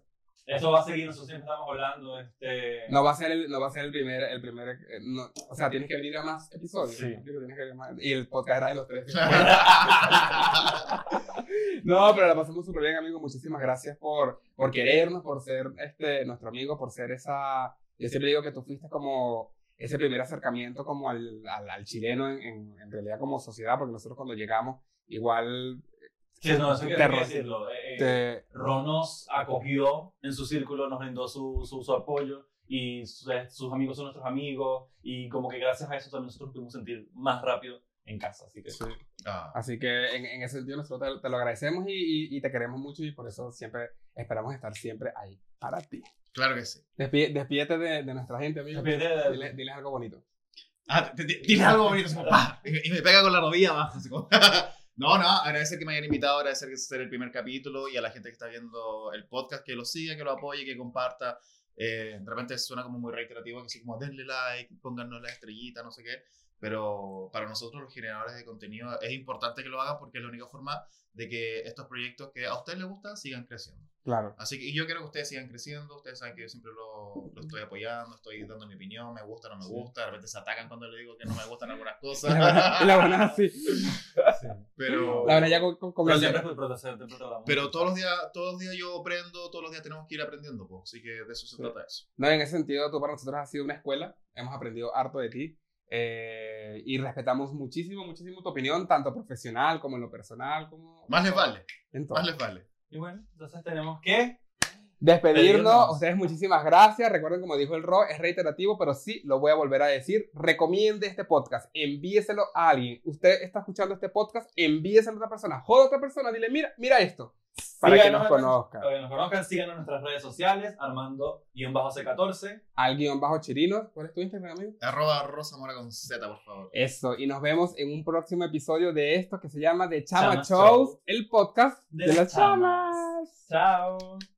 B: Eso va a seguir, nosotros siempre estamos hablando. Este...
A: No va a ser el, no va a ser el primer, el primer, eh, no, o sea, tienes que venir a más episodios.
B: Sí.
A: Yo creo que tienes que venir a más- y el podcast era de los tres. No, pero la pasamos súper bien, amigo. Muchísimas gracias por, por querernos, por ser este, nuestro amigo, por ser esa... Yo siempre digo que tú fuiste como ese primer acercamiento como al, al, al chileno en, en- en realidad como sociedad, porque nosotros cuando llegamos igual
B: Sí, no, eso hay que hay que
A: Terror.
B: decirlo. eh, eh,
A: te-
B: Ron nos acogió en su círculo, nos brindó su, su, su apoyo y su- sus amigos son nuestros amigos y como que gracias a eso también nosotros pudimos sentir más rápido en casa. Así que
A: sí.
C: Ah,
A: Así que en, en ese sentido nosotros te, te lo agradecemos y, y- y te queremos mucho y por eso siempre esperamos estar siempre ahí para ti.
C: claro que sí.
A: Despí- despídete de, de nuestra gente, amigo.
B: Despídete de-
A: Diles, diles algo bonito.
C: Ah, te- te- tienes algo bonito, así como, ¡pah! y, y me pega con la rodilla abajo. así como, [laughs] no, no, agradecer que me hayan invitado, agradecer que este es el primer capítulo y a la gente que está viendo el podcast, que lo siga, que lo apoye, que comparta. Eh, de repente suena como muy reiterativo, que así como denle like, pónganos la estrellita, no sé qué. Pero para nosotros los generadores de contenido es importante que lo hagan porque es la única forma de que estos proyectos que a ustedes les gustan sigan creciendo.
A: Claro.
C: Así que y yo quiero que ustedes sigan creciendo. Ustedes saben que yo siempre lo, lo estoy apoyando, estoy dando mi opinión, me gusta, no me
B: Sí.
C: gusta. De repente se atacan cuando le digo que no me gustan algunas
A: [laughs] Y la verdad, y
C: cosas.
A: la verdad, sí.
C: [laughs] pero,
A: [laughs] La verdad ya con, con- con-
B: pero siempre fue proteger, siempre te hablamos.
C: pero todos los días todos los días yo aprendo, todos los días tenemos que ir aprendiendo. po. Así que de eso se
A: Sí.
C: trata eso.
A: No, en ese sentido, tú para nosotros has sido una escuela. Hemos aprendido harto de ti. eh, y respetamos muchísimo, muchísimo tu opinión, tanto profesional como en lo personal. Como
C: Más les vale,
A: en todo.
C: más les vale.
B: Y bueno, entonces tenemos que...
A: Despedirnos,
B: Despedirnos.
A: ustedes muchísimas gracias. Recuerden, como dijo el Ro, es reiterativo, pero sí lo voy a volver a decir. Recomiende este podcast, envíeselo a alguien. Usted está escuchando este podcast, envíeselo a otra persona. Joda a otra persona, dile, mira, mira esto, para que
B: síganos
A: nos
B: en-
A: conozca.
B: Para que nos conozcan, síganos en nuestras redes sociales, Armando-C14.
A: Al guión bajo chirino, ¿cuál es tu Instagram, amigo?
C: Arroba Rosa Mora con Z, por favor.
A: Eso, y nos vemos en un próximo episodio de esto que se llama The Chama
B: Chama
A: Shows,
B: Shows.
A: el podcast de,
B: De
A: las
B: las chamas.
A: chamas.
B: Chao.